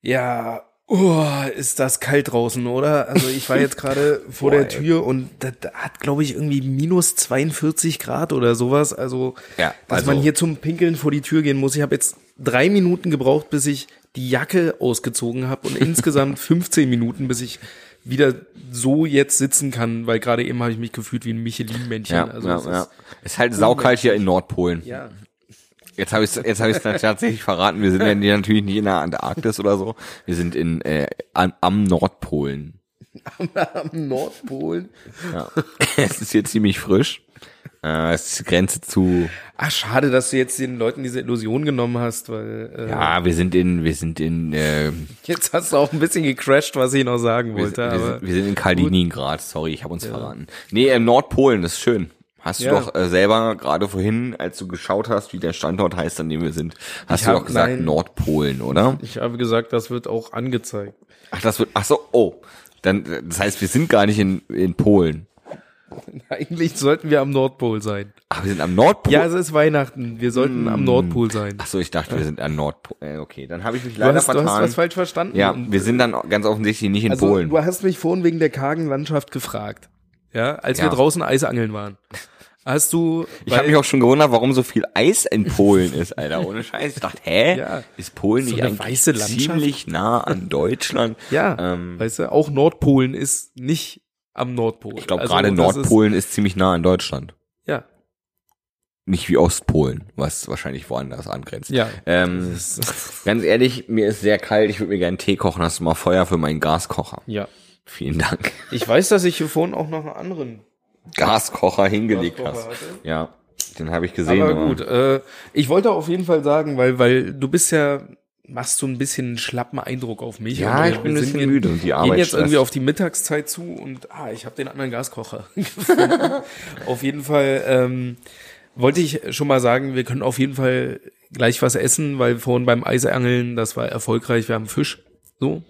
Ja, oh, ist das kalt draußen, oder? Also ich war jetzt gerade vor der Tür und das hat, glaube ich, irgendwie minus 42 Grad oder sowas. Also, Ja, dass also- man hier zum Pinkeln vor die Tür gehen muss. Ich habe jetzt drei Minuten gebraucht, bis ich die Jacke ausgezogen habe und insgesamt 15 Minuten, bis ich wieder so jetzt sitzen kann, weil gerade eben habe ich mich gefühlt wie ein Michelin-Männchen. Ja, also ja, es ja. Ist, Ist halt saukalt hier in Nordpolen. ja, Jetzt habe ich jetzt habe ich tatsächlich verraten. Wir sind ja natürlich nicht in der Antarktis oder so. Wir sind in äh, an, am Nordpolen. am Nordpol. Ja. es ist hier ziemlich frisch. Äh, es ist die Grenze zu. Ah, schade, dass du jetzt den Leuten diese Illusion genommen hast, weil äh, Ja, wir sind in wir sind in äh, jetzt hast du auch ein bisschen gecrashed, was ich noch sagen wir, sind, wollte. wir, Aber sind, wir sind in Kaliningrad. Sorry, ich habe uns verraten. Nee, im Nordpolen das ist schön. Hast Ja. du doch äh, selber gerade vorhin, als du geschaut hast, wie der Standort heißt, an dem wir sind, hast Ich du hab- doch gesagt nein. Nordpolen, oder? ich habe gesagt, das wird auch angezeigt. Ach, das wird. Ach so, oh. Dann, das heißt, wir sind gar nicht in, in Polen. Eigentlich sollten wir am Nordpol sein. Ach, wir sind am Nordpol. Ja, es ist Weihnachten. Wir sollten am Nordpol sein. Mm. Ach so, ich dachte, wir sind an Nordpol. Äh, okay, dann habe ich mich Du leider hast, du hast vertan. was falsch verstanden. ja, Und, wir sind dann auch ganz offensichtlich nicht in also, Polen. Du hast mich vorhin wegen der kargen Landschaft gefragt. Ja, als Ja. wir draußen Eisangeln waren. Hast du. Ich habe mich auch schon gewundert, warum so viel Eis in Polen ist, Alter. Ohne Scheiß. Ich dachte, hä? Ja. Ist Polen So nicht eine eigentlich weiße Landschaft? ziemlich nah an Deutschland? ja, Ähm, weißt du, auch Nordpolen ist nicht am Nordpol. ich glaube, Also, gerade das Nordpolen ist, ziemlich nah an Deutschland. Ist, ja, Nicht wie Ostpolen, was wahrscheinlich woanders angrenzt. Ja. Ähm, ganz ehrlich, mir ist sehr kalt. Ich würde mir gerne Tee kochen. Hast du mal Feuer für meinen Gaskocher? ja. Vielen Dank. Ich weiß, dass ich hier vorhin auch noch einen anderen. Gaskocher hingelegt Gaskocher hast. hatte. Ja, den habe ich gesehen. Aber gut, äh, ich wollte auf jeden Fall sagen, weil, weil du bist ja, machst so ein bisschen einen schlappen Eindruck auf mich. Ja, Und wir- ich bin ein wir bisschen gehen- müde und die Arbeit gehen jetzt stresst. irgendwie auf die Mittagszeit zu und ah, ich habe den anderen Gaskocher gefunden. auf jeden Fall ähm, Wollte ich schon mal sagen, wir können auf jeden Fall gleich was essen, weil vorhin beim Eisangeln, das war erfolgreich, wir haben Fisch. So,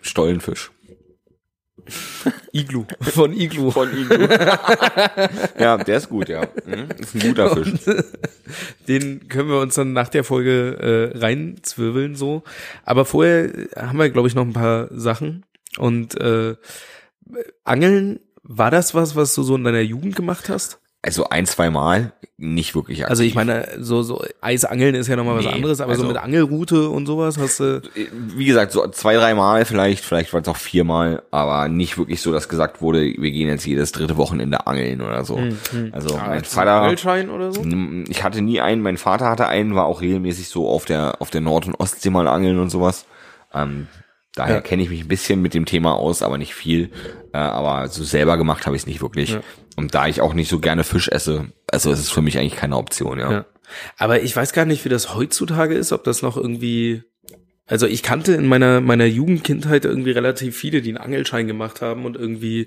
Stollenfisch. Iglu, von Iglu. Von ihm. ja, der ist gut, ja. Mhm, Ist ein guter Fisch. Den können wir uns dann nach der Folge äh, reinzwirbeln so. Aber vorher haben wir, glaube ich, noch ein paar Sachen. Und äh, Angeln, war das was, was du so in deiner Jugend gemacht hast? Also ein, zwei Mal nicht wirklich aktiv. Also ich meine, so, so Eisangeln ist ja nochmal was Nee, anderes, aber so also- mit Angelroute und sowas hast du. wie gesagt, so zwei, drei Mal vielleicht, vielleicht waren es auch viermal, aber nicht wirklich so, dass gesagt wurde, wir gehen jetzt jedes dritte Wochenende angeln oder so. Mhm, Also mein Vater, Angelschein oder so? Mm, ich hatte nie einen, mein Vater hatte einen, war auch regelmäßig so auf der, auf der Nord- und Ostsee mal angeln und sowas. Ähm, daher Ja. kenne ich mich ein bisschen mit dem Thema aus, aber nicht viel. Äh, aber so selber gemacht habe ich es nicht wirklich. Und da ich auch nicht so gerne Fisch esse, also es ist für mich eigentlich keine Option, ja. Ja. Aber ich weiß gar nicht, wie das heutzutage ist, ob das noch irgendwie. Also ich kannte in meiner meiner Jugendkindheit irgendwie relativ viele, die einen Angelschein gemacht haben und irgendwie,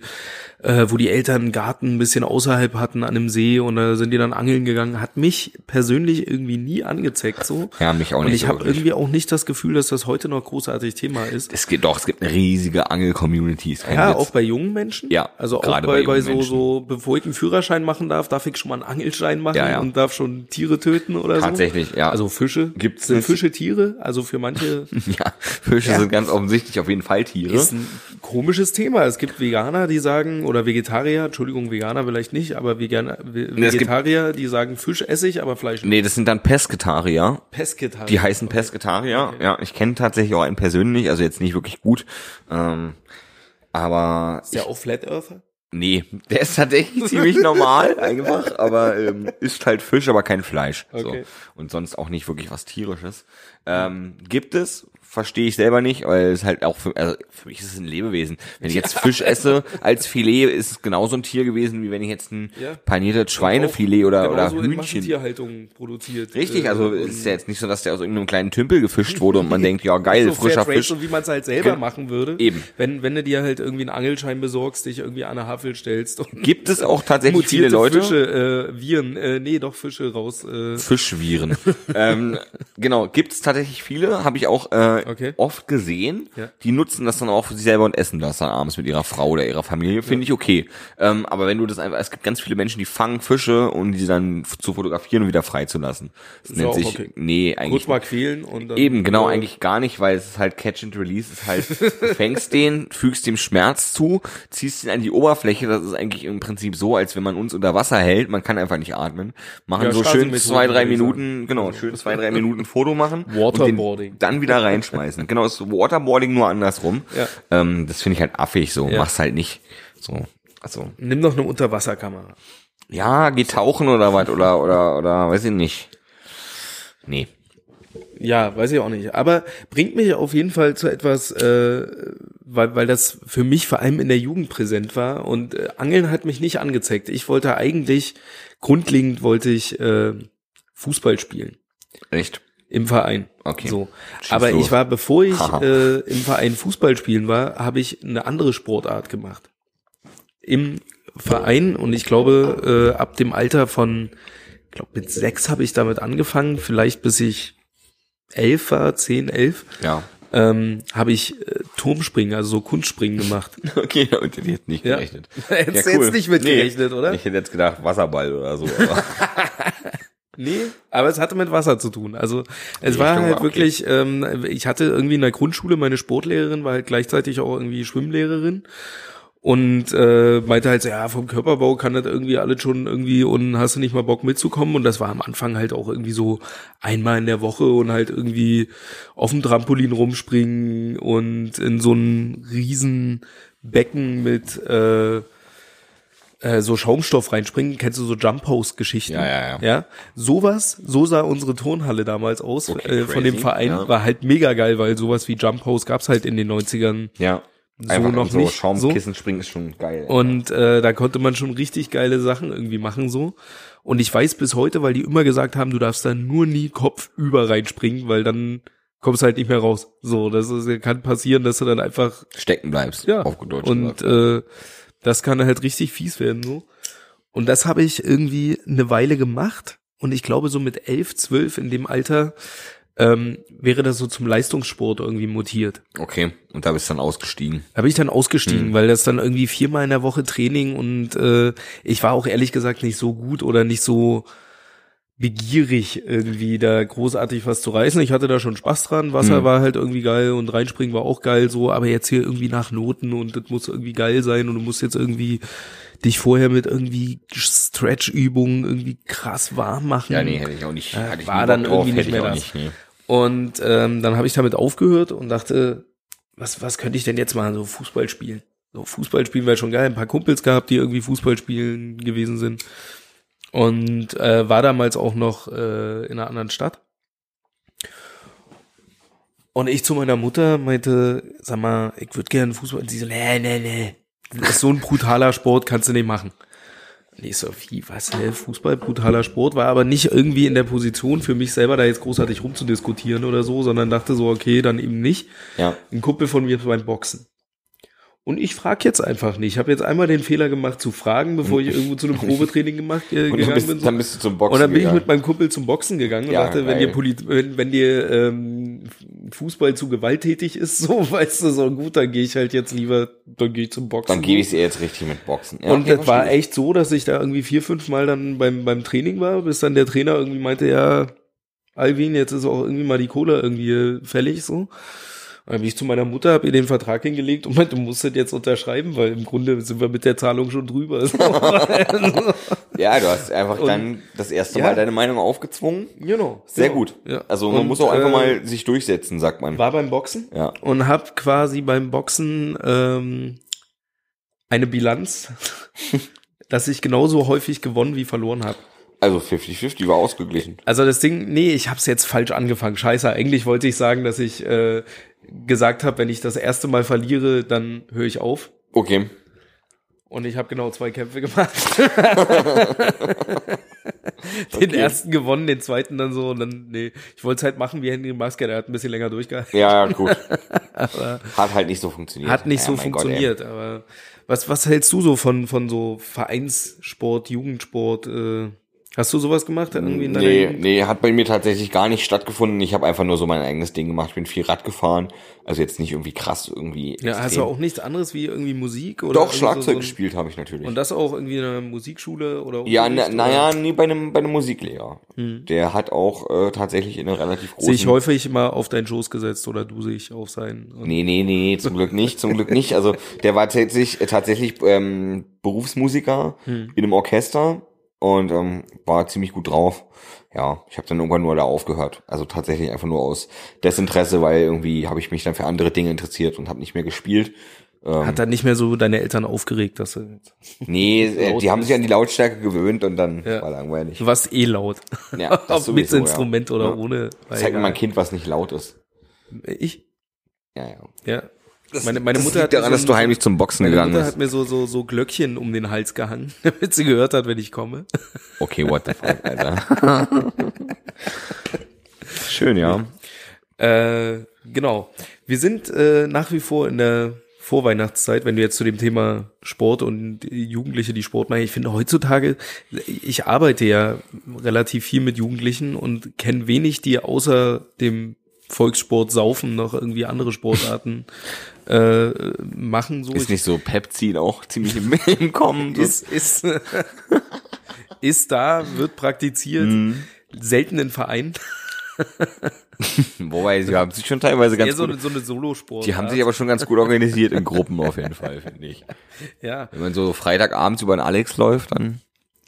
äh, wo die Eltern einen Garten ein bisschen außerhalb hatten an einem See und da sind die dann angeln gegangen. Hat mich persönlich irgendwie nie angezeckt so. Ja, mich auch und nicht ich so habe wirklich. irgendwie auch nicht das Gefühl, dass das heute noch großartig Thema ist. Es gibt doch, es gibt eine riesige Angel-Community. ist kein Ja, Witz. auch bei jungen Menschen. Ja, also auch bei, gerade bei bei, so, jungen so, bevor ich einen Führerschein machen darf, darf ich schon mal einen Angelschein machen Ja, ja. und darf schon Tiere töten oder so. Tatsächlich, ja. Also Fische. Gibt's Sind das? Fische Tiere? Also für manche Ja, Fische sind ganz offensichtlich auf jeden Fall Tiere. ist ein komisches Thema. Es gibt Veganer, die sagen, oder Vegetarier, Entschuldigung, Veganer vielleicht nicht, aber Veganer, Ve- es gibt- Vegetarier, die sagen Fisch esse ich, aber Fleisch halt. nicht. nee, das sind dann Pesketarier. Pesketarier. Die heißen Pesketarier. Ja, ich kenne tatsächlich auch einen persönlich, also jetzt nicht wirklich gut. Ähm, aber Ist ja auch Flat Earther. nee, der ist tatsächlich ziemlich normal einfach, aber ähm, isst halt Fisch, aber kein Fleisch. Okay. So. Und sonst auch nicht wirklich was tierisches. Ähm, gibt es, verstehe ich selber nicht, weil es halt auch für, also für mich ist es ein Lebewesen. Wenn ich jetzt Fisch esse als Filet, ist es genauso ein Tier gewesen, wie wenn ich jetzt ein Ja. paniertes Schweinefilet oder, oder Genauso in Hühnchen Massentierhaltung produziert. Richtig, Äh, also und es ist ja jetzt nicht so, dass der aus irgendeinem kleinen Tümpel gefischt wurde und man denkt, ja geil, so Also frischer Fairtrade, Fisch. So wie man es halt selber Gen- machen würde. Eben. Wenn, wenn du dir halt irgendwie einen Angelschein besorgst, dich irgendwie an eine Havel stellst und Gibt es auch tatsächlich mutierte viele Leute? Fische, äh, Viren, äh, nee, doch Fische raus. Äh, Fischviren. ähm, genau, gibt es tatsächlich viele, habe ich auch äh, Okay. oft gesehen. Ja. Die nutzen das dann auch für sich selber und essen das dann abends mit ihrer Frau oder ihrer Familie. Finde ich okay. Ähm, aber wenn du das einfach, es gibt ganz viele Menschen, die fangen Fische, um die dann f- zu fotografieren und wieder freizulassen. Das nennt auch sich, okay. nee, kurz eigentlich mal quälen und dann, Eben, genau, äh, eigentlich gar nicht, weil es ist halt Catch and Release, es ist halt, du fängst den, fügst dem Schmerz zu, ziehst ihn an die Oberfläche, das ist eigentlich im Prinzip so, als wenn man uns unter Wasser hält, man kann einfach nicht atmen, machen Ja, so schön Straßenmethode, zwei, drei würde ich Minuten, genau, schön zwei, drei Minuten Foto machen. und den Also. Waterboarding. Dann wieder reinschmeißen. Genau, ist Waterboarding nur andersrum. Ja. Ähm, das finde ich halt affig, so, Ja. mach's halt nicht, so. Also, Nimm doch eine Unterwasserkamera. ja, geh tauchen oder was, oder, oder, oder, weiß ich nicht. Nee. Ja, weiß ich auch nicht. Aber bringt mich auf jeden Fall zu etwas, äh, weil, weil das für mich vor allem in der Jugend präsent war. Und äh, Angeln hat mich nicht angezeckt. Ich wollte eigentlich, grundlegend wollte ich äh, Fußball spielen. Echt? Im Verein. Okay. So. Schieß Aber los. ich war, bevor ich Haha. äh, im Verein Fußball spielen war, habe ich eine andere Sportart gemacht. Im Verein und ich glaube, äh, ab dem Alter von, ich glaube, mit sechs habe ich damit angefangen, vielleicht bis ich elf war, zehn, elf, Ja. ähm, habe ich äh, Turmspringen, also so Kunstspringen gemacht. Okay, damit hätte ich jetzt nicht Ja. gerechnet. Hättest du jetzt nicht mit gerechnet, oder? Ich hätte jetzt gedacht, Wasserball oder so. Aber Nee, aber es hatte mit Wasser zu tun. Also es war Richtung halt war okay. wirklich, ähm, ich hatte irgendwie in der Grundschule, meine Sportlehrerin war halt gleichzeitig auch irgendwie Schwimmlehrerin und äh, meinte halt so, ja, vom Körperbau kann das irgendwie alles schon irgendwie und hast du nicht mal Bock mitzukommen? Und das war am Anfang halt auch irgendwie so einmal in der Woche und halt irgendwie auf dem Trampolin rumspringen und in so einem riesen Becken mit äh, äh, so Schaumstoff reinspringen, kennst du so Jump House Geschichten? Ja, ja, ja. Ja, sowas, so sah unsere Turnhalle damals aus Okay, äh, von dem crazy, Verein, ja. war halt mega geil, weil sowas wie Jump House gab's halt in den 90ern ja. So noch so nicht, Schaumkissen springen ist schon geil. und äh, da konnte man schon richtig geile Sachen irgendwie machen so. Und ich weiß bis heute, weil die immer gesagt haben, du darfst da nur nie Kopf über reinspringen, weil dann kommst du halt nicht mehr raus. So, das ist, kann passieren, dass du dann einfach Stecken bleibst. ja Auf gut Deutsch und gesagt. äh, das kann halt richtig fies werden so. Und das habe ich irgendwie eine Weile gemacht. Und ich glaube, so mit elf, zwölf in dem Alter ähm, wäre das so zum Leistungssport irgendwie mutiert. Okay, und da bist du dann ausgestiegen. Da bin ich dann Hm. ausgestiegen, weil das dann irgendwie viermal in der Woche Training und äh, ich war auch ehrlich gesagt nicht so gut oder nicht so begierig irgendwie da großartig was zu reißen. Ich hatte da schon Spaß dran. Hm. Wasser war halt irgendwie geil und reinspringen war auch geil so, aber jetzt hier irgendwie nach Noten und das muss irgendwie geil sein und du musst jetzt irgendwie dich vorher mit irgendwie Stretch-Übungen irgendwie krass warm machen. Ja, nee, hätte ich auch nicht. hatte Hm. ich war nie Bock dann irgendwie hätte nicht ich mehr auch das. nee. Und ähm, dann habe ich damit aufgehört und dachte, was, was könnte ich denn jetzt machen? So Fußball spielen. So Fußball spielen wäre schon geil. Ein paar Kumpels gehabt, die irgendwie Fußball spielen gewesen sind. Und äh, war damals auch noch äh, in einer anderen Stadt. Und ich zu meiner Mutter meinte, sag mal, ich würde gerne Fußball. Und sie so, nee, nee, nee. Das ist so ein brutaler Sport, kannst du nicht machen. Und ich so, wie, was, hä? Fußball, brutaler Sport, war aber nicht irgendwie in der Position für mich selber da jetzt großartig rumzudiskutieren oder so, sondern dachte so, okay, dann eben nicht. Ja, Ein Kumpel von mir ist beim Boxen. Und ich frage jetzt einfach nicht. Ich habe jetzt einmal den Fehler gemacht zu fragen, bevor ich irgendwo zu einem Probetraining gemacht, äh, und dann gegangen bist, bin. So. dann bist du zum Boxen Und dann bin ich gegangen. mit meinem Kumpel zum Boxen gegangen Ja, und dachte, wenn geil. dir, Polit wenn, wenn dir ähm, Fußball zu gewalttätig ist, so weißt du, so gut, dann gehe ich halt jetzt lieber, dann gehe ich zum Boxen. Dann gebe ich es ihr jetzt richtig mit Boxen. Ja, und okay, das war verstehe. echt so, dass ich da irgendwie vier, fünf Mal dann beim, beim Training war, bis dann der Trainer irgendwie meinte, ja, Alvin, jetzt ist auch irgendwie mal die Cola irgendwie fällig so. Und dann bin ich zu meiner Mutter, habe ihr den Vertrag hingelegt und meinte, du musst das jetzt unterschreiben, weil im Grunde sind wir mit der Zahlung schon drüber. So. Also, Ja, du hast einfach Und- dann das erste Ja. Mal deine Meinung aufgezwungen. genau. Sehr genau. gut. Ja. Also man Und, muss auch einfach äh, mal sich durchsetzen, sagt man. War beim Boxen Ja. und habe quasi beim Boxen ähm, eine Bilanz, dass ich genauso häufig gewonnen wie verloren habe. Also 50-50 war ausgeglichen. Also das Ding, nee, ich habe es jetzt falsch angefangen. Scheiße, eigentlich wollte ich sagen, dass ich äh, gesagt habe, wenn ich das erste Mal verliere, dann höre ich auf. Okay. Und ich habe genau zwei Kämpfe gemacht. den ersten gewonnen, den zweiten dann so. Und dann, nee, ich wollte es halt machen wie Henry Maske, der hat ein bisschen länger durchgehalten. Ja, ja, gut. Hat halt nicht so funktioniert. Hat nicht Ja, so mein Gott, ey. funktioniert, aber was, was hältst du so von, von so Vereinssport, Jugendsport? Äh, hast du sowas gemacht? Irgendwie in deiner Nee, Jugend? nee, hat bei mir tatsächlich gar nicht stattgefunden. Ich habe einfach nur so mein eigenes Ding gemacht. Ich bin viel Rad gefahren. Also jetzt nicht irgendwie krass, irgendwie. Ja, hast du extrem. auch nichts anderes wie irgendwie Musik oder Doch, irgendwie so, Schlagzeug so ein- gespielt habe ich natürlich. Und das auch irgendwie in einer Musikschule oder ja, Unterricht na, oder- naja, nee, bei einem, bei einem Musiklehrer. Der hat auch äh, tatsächlich in einem relativ großen. Hm. Sich häufig immer auf deinen Schoß gesetzt oder du sich auf seinen. Und Nee, nee, nee, zum Glück nicht, zum Glück nicht. Also der war tatsächlich, tatsächlich ähm, Berufsmusiker Hm. in einem Orchester und ähm, war ziemlich gut drauf. Ja, ich habe dann irgendwann nur da aufgehört. Also tatsächlich einfach nur aus Desinteresse, weil irgendwie habe ich mich dann für andere Dinge interessiert und habe nicht mehr gespielt. Ähm, Hat dann nicht mehr so deine Eltern aufgeregt, dass du, Nee, äh, Laut die haben ist- sich an die Lautstärke gewöhnt und dann Ja. war langweilig. du warst eh laut. Ja, das Ob mit sowieso, ja. Instrument oder Ja. ohne. war Zeig mir mal ein egal. Kind, was nicht laut ist. Ich? Ja, ja. Ja. meine, meine Mutter hat liegt mir daran, so dass du ein- heimlich zum Boxen meine gegangen Mutter hat bist. mir so, so, so Glöckchen um den Hals gehangen, damit sie gehört hat, wenn ich komme. Okay, what the fuck, Alter. Schön, ja. Äh, genau. Wir sind äh, nach wie vor in der Vorweihnachtszeit, wenn du jetzt zu dem Thema Sport und Jugendliche, die Sport machen. Ich finde heutzutage, ich arbeite ja relativ viel mit Jugendlichen und kenne wenig, die außer dem Volkssport saufen noch irgendwie andere Sportarten äh, machen. So Ist nicht so Pepsi auch ziemlich im, im Kommen. so? ist, ist, ist da, wird praktiziert, Mhm. selten in Vereinen. Wobei, sie haben sich schon teilweise Eher ganz so, gut, so eine Solosport. die haben sich aber schon ganz gut organisiert in Gruppen auf jeden Fall, finde ich. ja. Wenn man so Freitagabends über den Alex läuft, dann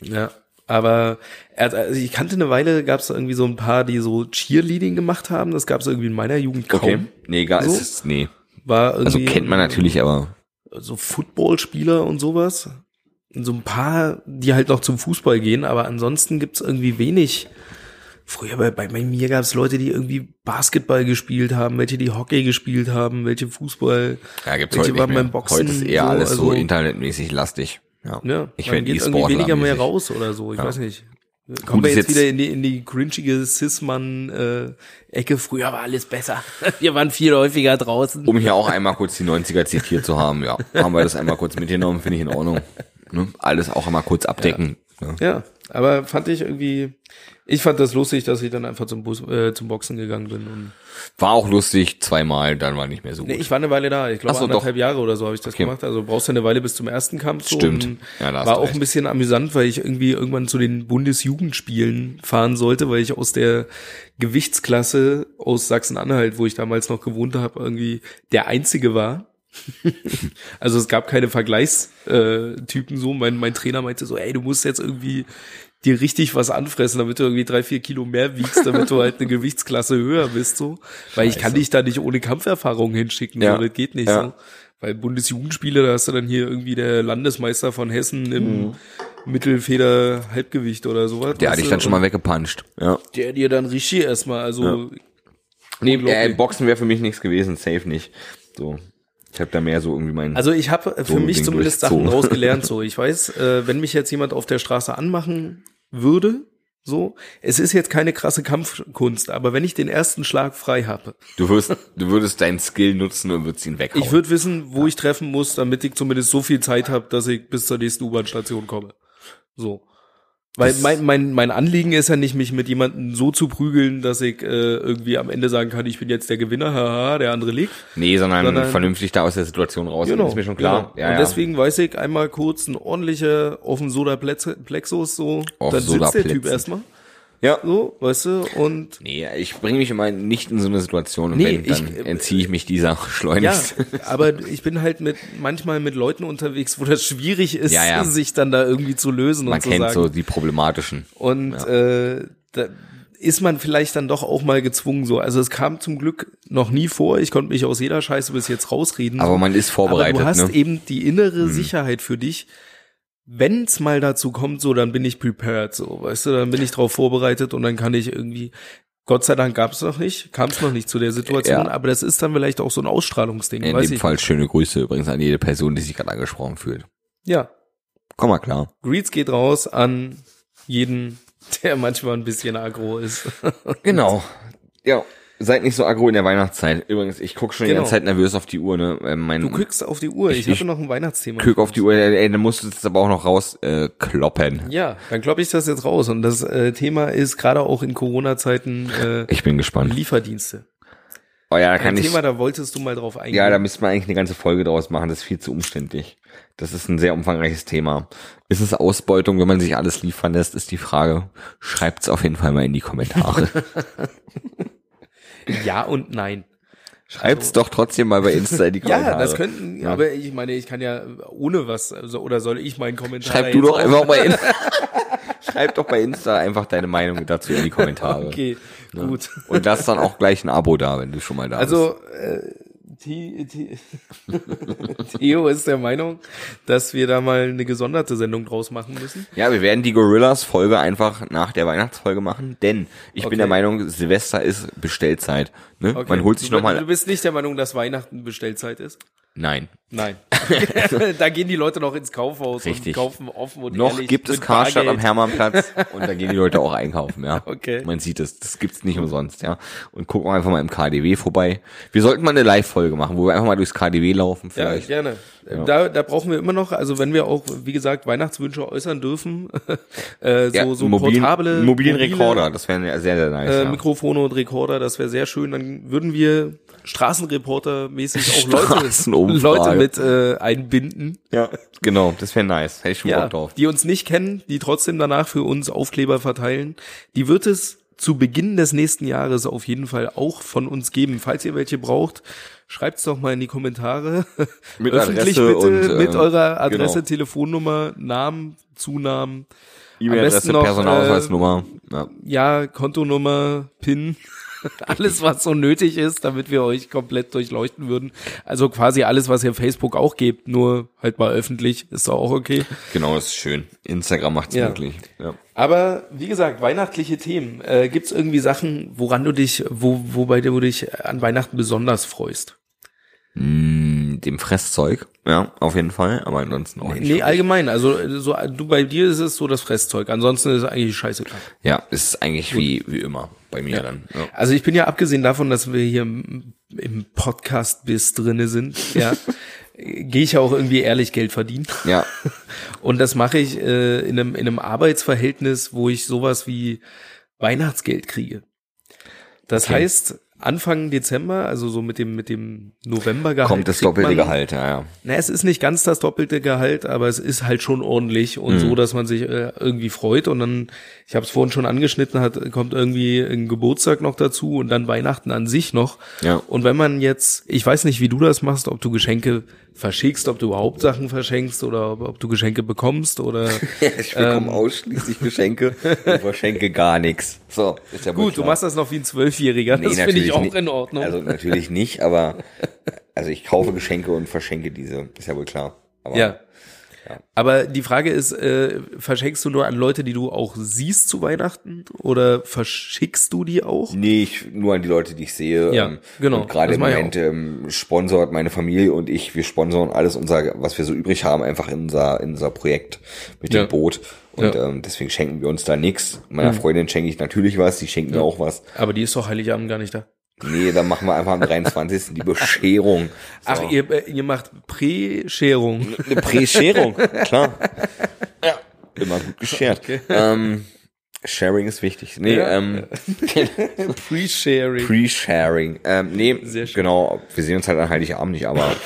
Ja, aber er- also ich kannte eine Weile, gab es irgendwie so ein paar, die so Cheerleading gemacht haben. Das gab es irgendwie in meiner Jugend kaum. Nee, gar So? ist es, nee. War Also irgendwie kennt man natürlich, aber so Footballspieler und sowas. Und so ein paar, die halt noch zum Fußball gehen, aber ansonsten gibt's irgendwie wenig. Früher bei, bei mir gab's Leute, die irgendwie Basketball gespielt haben, welche die Hockey gespielt haben, welche Fußball. ja, gibt's Welche heute nicht waren mehr. beim Boxen heute ist eher so, alles so also- Ne? internetmäßig lastig. Ja, Ja, ich man werde geht irgendwie E-Sportler. weniger mehr mäßig. raus oder so, ich Ja. weiß nicht. Kommen wir ist jetzt, jetzt- wieder in die, in die cringige Sisman-Ecke. Früher war alles besser. Wir waren viel häufiger draußen. Um hier auch einmal kurz die 90er zitiert zu haben, ja, haben wir das einmal kurz mitgenommen, finde ich in Ordnung. Ne? Alles auch einmal kurz abdecken. gibt. Ne? Ja, aber fand ich irgendwie, ich fand das lustig, dass ich dann einfach zum, Bus, äh, zum Boxen gegangen bin. Und, War auch lustig, zweimal, dann war nicht mehr so gut. nee, ich war eine Weile da, ich glaube Ach so, anderthalb doch. Jahre oder so habe ich das gemacht. Also brauchst du eine Weile bis zum ersten Kampf. So Stimmt. Und Ja, da hast war du auch recht. ein bisschen amüsant, weil ich irgendwie irgendwann zu den Bundesjugendspielen fahren sollte, weil ich aus der Gewichtsklasse aus Sachsen-Anhalt, wo ich damals noch gewohnt habe, irgendwie der Einzige war. Also es gab keine Vergleichstypen äh, Typen so. Mein, mein Trainer meinte so, ey, du musst jetzt irgendwie dir richtig was anfressen, damit du irgendwie drei, vier Kilo mehr wiegst, damit du halt eine Gewichtsklasse höher bist so. Weil ich kann dich da nicht ohne Kampferfahrung hinschicken, Ja. so, das geht nicht Ja. so. Weil Bundesjugendspiele, da hast du dann hier irgendwie der Landesmeister von Hessen im Mittelfeder Halbgewicht oder sowas. Mhm. der weißt hatte ich du? dann schon mal weggepuncht. Ja. Der dir dann richtig erstmal, also Nee, äh, Unglaublich. Boxen wäre für mich nichts gewesen, safe nicht. So. Ich habe da mehr so irgendwie meinen. Also ich habe So für ein mich Ding zumindest durchgezogen. Sachen draus gelernt. So, ich weiß, äh, wenn mich jetzt jemand auf der Straße anmachen würde, so, es ist jetzt keine krasse Kampfkunst, aber wenn ich den ersten Schlag frei habe, du wirst, du würdest deinen Skill nutzen und würdest ihn weghauen. ich würde wissen, wo ich treffen muss, damit ich zumindest so viel Zeit habe, dass ich bis zur nächsten U-Bahn-Station komme. So. Weil Das- mein, mein, mein Anliegen ist ja nicht, mich mit jemandem so zu prügeln, dass ich äh, irgendwie am Ende sagen kann, ich bin jetzt der Gewinner, haha, der andere liegt. nee, sondern, sondern- vernünftig da aus der Situation raus. Also Ist mir schon klar. Genau. und deswegen weiß ich einmal kurz ein ordentlicher auf dem Soda Plex- Plexus so, Auf dann sitzt der Solarplätzen. Typ erstmal, ja. ja. so, weißt du, und Nee, ich bringe mich immer nicht in so eine Situation und Nee, wenn, dann ich- äh, entziehe ich mich dieser ja, schleunigst. aber ich bin halt mit manchmal mit Leuten unterwegs, wo das schwierig ist, Ja, ja. sich dann da irgendwie zu lösen Man und um zu kennt sagen. so die problematischen. Und äh, da ist man vielleicht dann doch auch mal gezwungen so. Also es kam zum Glück noch nie vor. Ich konnte mich aus jeder Scheiße bis jetzt rausreden. Aber man ist vorbereitet. Mhm. Aber du hast ne? eben die innere Sicherheit für dich. Wenn's mal dazu kommt, so, dann bin ich prepared, so, weißt du, dann bin ich drauf vorbereitet und dann kann ich irgendwie, Gott sei Dank gab's noch nicht, kam's noch nicht zu der Situation, Ja. aber das ist dann vielleicht auch so ein Ausstrahlungsding, In weiß dem ich. Fall schöne Grüße übrigens an jede Person, die sich gerade angesprochen fühlt. Ja, Komm mal klar. Greets geht raus an jeden, der manchmal ein bisschen agro ist. Genau. Ja. Seid nicht so aggro in der Weihnachtszeit. Übrigens, ich guck schon die Genau. ganze Zeit nervös auf die Uhr, ne? Äh, Mein Du guckst auf die Uhr, ich, Ich- ich hatte noch ein Weihnachtsthema. Glück auf die Uhr, ey, dann musst du es aber auch noch rauskloppen. Äh, kloppen. Ja, dann klopp ich das jetzt raus und das äh, Thema ist gerade auch in Corona-Zeiten äh, ich bin gespannt. Lieferdienste. Oh ja, da Ein kann ich. Thema, da wolltest du mal drauf eingehen. Ja, da müsste man eigentlich eine ganze Folge draus machen. Das ist viel zu umständlich. Das ist ein sehr umfangreiches Thema. Ist es Ausbeutung, wenn man sich alles liefern lässt, ist die Frage. Schreibt's auf jeden Fall mal in die Kommentare. Also- Ja und nein. Schreibt's doch trotzdem mal bei Insta in die Kommentare. Ja, das könnten, also, Ja. aber ich meine, ich kann ja ohne was, also, oder soll ich meinen Kommentar? Schreib da du jetzt doch auch- einfach mal in, Schreib doch bei Insta einfach deine Meinung dazu in die Kommentare. Okay, gut. Und lass dann auch gleich ein Abo da, wenn du schon mal da bist. Also, äh, Thi- Thi- Theo ist der Meinung, dass wir da mal eine gesonderte Sendung draus machen müssen. Ja, wir werden die Gorillas-Folge einfach nach der Weihnachtsfolge machen, denn ich Okay. bin der Meinung, Silvester ist Bestellzeit. Ne? Okay. Man holt sich Du- nochmal. Du bist nicht der Meinung, dass Weihnachten Bestellzeit ist? Nein. Nein. da gehen die Leute noch ins Kaufhaus Richtig. und kaufen offen und Noch ehrlich gibt es mit Karstadt am Bargeld. Hermannplatz und da gehen die Leute auch einkaufen, ja. Okay. Man sieht es, das gibt's nicht umsonst, ja. Und gucken wir einfach mal im KDW vorbei. Wir sollten mal eine Live-Folge machen, wo wir einfach mal durchs KDW laufen Ja, vielleicht. gerne. Da, da brauchen wir immer noch, also wenn wir auch, wie gesagt, Weihnachtswünsche äußern dürfen, äh, so, Ja, so mobilen, portable mobilen mobile, Rekorder, das wäre sehr, sehr nice. Äh, ja. Mikrofone und Rekorder, das wäre sehr schön. Dann würden wir Straßenreporter-mäßig auch Leute, Straßenumfrage. Leute mit äh, einbinden, ja, genau, das wäre nice. Hätte ich schon ja, Bock drauf. die uns nicht kennen, die trotzdem danach für uns Aufkleber verteilen. Die wird es zu Beginn des nächsten Jahres auf jeden Fall auch von uns geben. Falls ihr welche braucht, schreibt's doch mal in die Kommentare. Mit Öffentlich Adresse bitte und, mit ähm, eurer Adresse, genau. Telefonnummer, Namen, Zunamen, am besten E-Mail-Adresse, noch, Personalausweisnummer. ja. ja, Kontonummer, PIN, alles, was so nötig ist, damit wir euch komplett durchleuchten würden. Also quasi alles, was ihr Facebook auch gebt, nur halt mal öffentlich, ist doch auch okay. Genau, das ist schön. Instagram macht's Ja. möglich. Ja. Aber wie gesagt, weihnachtliche Themen. Äh, gibt's irgendwie Sachen, woran du dich, wo, wobei du dich an Weihnachten besonders freust? Mm, dem Fresszeug, ja, auf jeden Fall, aber ansonsten auch nicht. Nee, allgemein. Also äh, so, äh, du bei dir ist es so das Fresszeug. Ansonsten ist es eigentlich scheiße klar. Ja, ist eigentlich wie, wie immer bei mir dann. Ja. Also ich bin ja abgesehen davon, dass wir hier im, im Podcast bis drinne sind, ja, gehe ich ja auch irgendwie ehrlich Geld verdienen. Ja. Und das mache ich äh, in, einem, in einem Arbeitsverhältnis, wo ich sowas wie Weihnachtsgeld kriege. Das Okay. heißt, Anfang Dezember, also so mit dem, mit dem Novembergehalt. Kommt das kriegt doppelte man- Gehalt, ja, ja. Na, es ist nicht ganz das doppelte Gehalt, aber es ist halt schon ordentlich und Mhm. so, dass man sich äh, irgendwie freut. Und dann, ich habe es vorhin schon angeschnitten, hat, kommt irgendwie ein Geburtstag noch dazu und dann Weihnachten an sich noch. Ja. Und wenn man jetzt, ich weiß nicht, wie du das machst, ob du Geschenke verschickst, ob du überhaupt Sachen verschenkst oder ob, ob du Geschenke bekommst oder Ich bekomme ausschließlich Geschenke und verschenke gar nichts. So, ist ja wohl gut, du klar. machst das noch wie ein Zwölfjähriger. Nee, das finde ich natürlich auch nicht. in Ordnung. Also natürlich nicht, aber also ich kaufe Geschenke und verschenke diese. Ist ja wohl klar. Aber ja. Aber die Frage ist, äh, verschenkst du nur an Leute, die du auch siehst zu Weihnachten oder verschickst du die auch? Nee, ich, nur an die Leute, die ich sehe. Ja, ähm, genau, Und gerade das im mach ich Moment ähm, sponsort meine Familie und ich, wir sponsoren alles, unser, was wir so übrig haben, einfach in unser, in unser Projekt mit Ja. dem Boot. Und Ja. Mhm. ähm, deswegen schenken wir uns da nichts. Meiner Freundin schenke ich natürlich was, die schenkt mir auch was. Aber die ist doch Heiligabend gar nicht da. Nee, dann machen wir einfach am 23. die Bescherung. So. Ach, ihr, äh, ihr macht Pre-Scherung. Eine Pre-Scherung, klar. Ja. Immer gut geschert. Ähm, Sharing ist wichtig. Nee, Ja. ähm, Pre-Sharing. Pre-Sharing. Ähm, nee, Sehr schön. genau. Wir sehen uns halt an Heiligabend nicht, aber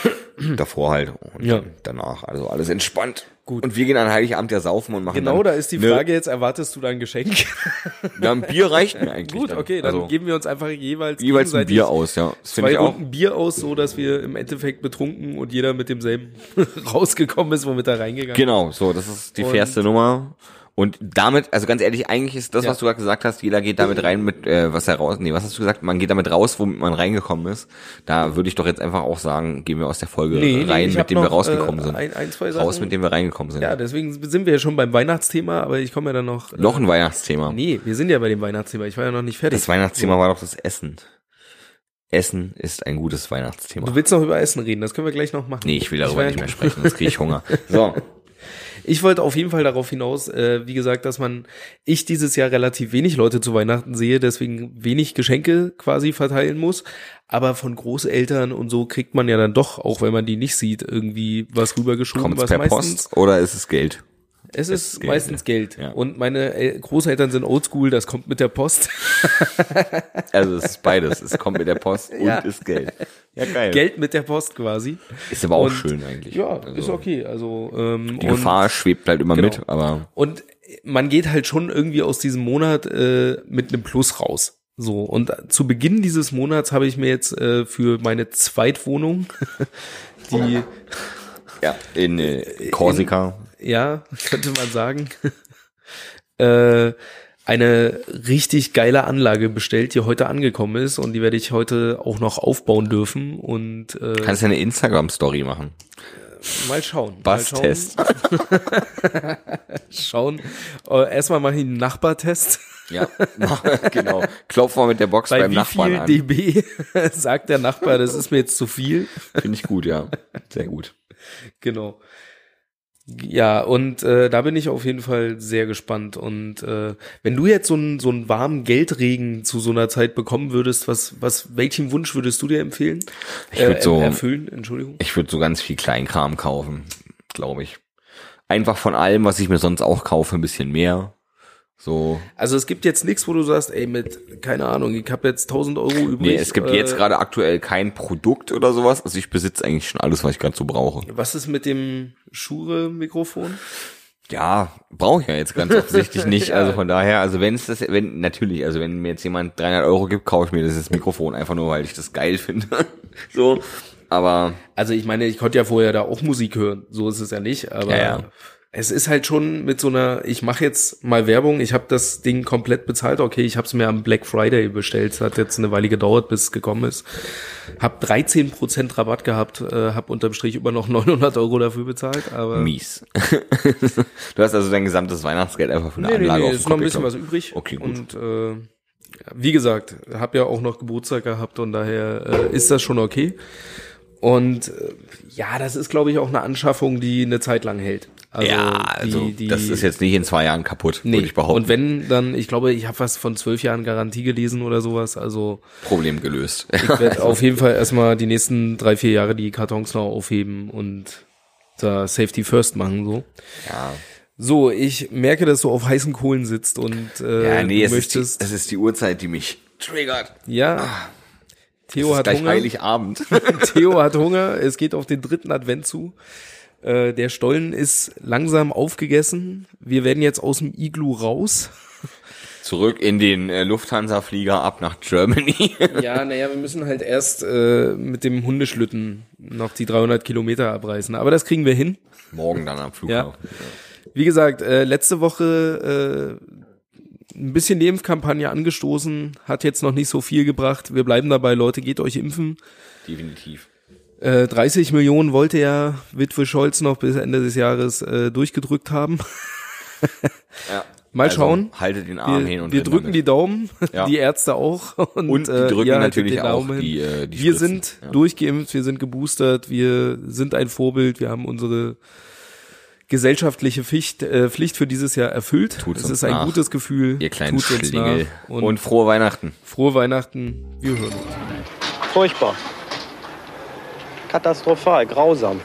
davor halt und Ja. danach. Also alles entspannt. Gut. Und wir gehen an Heiligabend ja saufen und machen genau, da dann, ist die ne, Frage jetzt, erwartest du da ein Geschenk? Ja, ein Bier reicht mir eigentlich. Gut, dann. okay, dann also, geben wir uns einfach jeweils, jeweils ein gegenseitig Bier aus, ja. Das finde Zwei ich auch. Runden Bier aus, so dass wir im Endeffekt betrunken und jeder mit demselben rausgekommen ist, womit er reingegangen ist. Genau, so, das ist die Und- fairste Nummer. Und damit, also ganz ehrlich, eigentlich ist das, Ja. was du gerade gesagt hast, jeder geht damit rein mit, äh, was er raus, nee, was hast du gesagt? Man geht damit raus, womit man reingekommen ist. Da würde ich doch jetzt einfach auch sagen, gehen wir aus der Folge Nee, nee, rein, ich hab mit dem wir noch, rausgekommen äh, sind. ein- ein, zwei Raus, Sachen. mit dem wir reingekommen sind. Ja, deswegen sind wir ja schon beim Weihnachtsthema, aber ich komme ja dann noch. noch ein Weihnachtsthema. Nee, wir sind ja bei dem Weihnachtsthema. Ich war ja noch nicht fertig. Das Weihnachtsthema war doch das Essen. Essen ist ein gutes Weihnachtsthema. Du willst noch über Essen reden, das können wir gleich noch machen. Nee, ich will Das war darüber ja- nicht mehr sprechen, sonst kriege ich Hunger. So, Ich wollte auf jeden Fall darauf hinaus, äh, wie gesagt, dass man, ich dieses Jahr relativ wenig Leute zu Weihnachten sehe, deswegen wenig Geschenke quasi verteilen muss. Aber von Großeltern und so kriegt man ja dann doch, auch wenn man die nicht sieht, irgendwie was rübergeschoben, kommt es was per meistens. Post oder ist es Geld? Es ist Geld, meistens Geld. ja. Und meine äh, Großeltern sind oldschool, das kommt mit der Post. Also es ist beides. Es kommt mit der Post Ja. und ist Geld. Ja, geil. Geld mit der Post quasi. Ist aber auch Und- schön eigentlich. Ja, Also, ist okay. Also ähm, Die und- Gefahr schwebt halt immer Genau. mit, aber Und man geht halt schon irgendwie aus diesem Monat äh, mit einem Plus raus. So, und zu Beginn dieses Monats habe ich mir jetzt äh, für meine Zweitwohnung, die, ja, in äh, Korsika. ja, könnte man sagen, äh, eine richtig geile Anlage bestellt, die heute angekommen ist und die werde ich heute auch noch aufbauen dürfen und äh, Kannst du eine Instagram-Story machen? mal schauen. Mal Basstest. schauen. schauen. Äh, erstmal mache ich einen Nachbartest. Ja, genau. Klopf mal mit der Box Bei beim wie Nachbarn viel an. dB sagt der Nachbar, das ist mir jetzt zu viel. Finde ich gut, ja. Sehr gut. Genau. Ja, und äh, da bin ich auf jeden Fall sehr gespannt. Und äh, wenn du jetzt so einen so einen warmen Geldregen zu so einer Zeit bekommen würdest, was, was, welchen Wunsch würdest du dir empfehlen? Ich würd Äh, so- erfüllen, Entschuldigung. Ich würde so ganz viel Kleinkram kaufen, glaube ich. Einfach von allem, was ich mir sonst auch kaufe, ein bisschen mehr. So. Also es gibt jetzt nichts, wo du sagst, ey, mit, keine Ahnung, ich habe jetzt 1000 Euro übrig. Nee, es gibt äh, jetzt gerade aktuell kein Produkt oder sowas. Also ich besitze eigentlich schon alles, was ich gerade so brauche. Was ist mit dem Schure-Mikrofon? Ja, brauche ich ja jetzt ganz offensichtlich nicht. Also von daher, also wenn es das, wenn, natürlich, also wenn mir jetzt jemand 300 Euro gibt, kaufe ich mir dieses Mikrofon einfach nur, weil ich das geil finde. so, aber Also ich meine, ich konnte ja vorher da auch Musik hören, so ist es ja nicht, aber Ja, ja. es ist halt schon mit so einer, ich mache jetzt mal Werbung, ich habe das Ding komplett bezahlt, okay, ich habe es mir am Black Friday bestellt, es hat jetzt eine Weile gedauert, bis es gekommen ist, habe 13% Rabatt gehabt, äh, habe unterm Strich immer noch 900 Euro dafür bezahlt, aber mies. ähm, du hast also dein gesamtes Weihnachtsgeld einfach für eine nee, nee, Anlage nee, auf ist den noch ein Kopf bisschen was geklappt. übrig Okay, und gut. äh, ja, wie gesagt, habe ja auch noch Geburtstag gehabt und daher äh, ist das schon okay. Und äh, ja, das ist, glaube ich, auch eine Anschaffung, die eine Zeit lang hält. Also ja, also die, die, das ist jetzt nicht in zwei Jahren kaputt, nee. würde ich behaupten. Und wenn, dann, ich glaube, ich habe was von zwölf Jahren Garantie gelesen oder sowas. Also Problem gelöst. ich werde Also auf jeden Fall erstmal die nächsten drei, vier Jahre die Kartons noch aufheben und da Safety First machen so. ja. So, ich merke, dass du auf heißen Kohlen sitzt und äh, ja, nee, du es ist, die, möchtest. es ist die Uhrzeit, die mich triggert. ja. Es Theo ist hat gleich Hunger. Heiligabend. Theo hat Hunger. Es geht auf den dritten Advent zu. Äh, der Stollen ist langsam aufgegessen. Wir werden jetzt aus dem Iglu raus. Zurück in den äh, Lufthansa-Flieger ab nach Germany. Ja, naja, wir müssen halt erst äh, mit dem Hundeschlitten noch die 300 Kilometer abreißen. Aber das kriegen wir hin. Morgen dann am Flughafen. Wie gesagt, äh, letzte Woche äh, ein bisschen die Impfkampagne angestoßen, hat jetzt noch nicht so viel gebracht. Wir bleiben dabei, Leute, geht euch impfen. Definitiv. Äh, 30 Millionen wollte ja Witwe Scholz noch bis Ende des Jahres äh, durchgedrückt haben. Ja. Mal schauen. Also Haltet den Arm hin Wir, und wir drücken die Daumen, Ja. die Ärzte auch. Und, Und die äh, drücken ihr haltet natürlich den auch Daumen hin. die, äh, die Wir Spritzen, sind ja. durchgeimpft, wir sind geboostert, wir sind ein Vorbild, wir haben unsere gesellschaftliche Pflicht, äh, Pflicht für dieses Jahr erfüllt. Tut's es uns ist ein nach, gutes Gefühl. Ihr kleinen Tut's uns Schlingel. nach. Und, Und, frohe Weihnachten. frohe Weihnachten. Wir hören uns. Furchtbar. Katastrophal, grausam.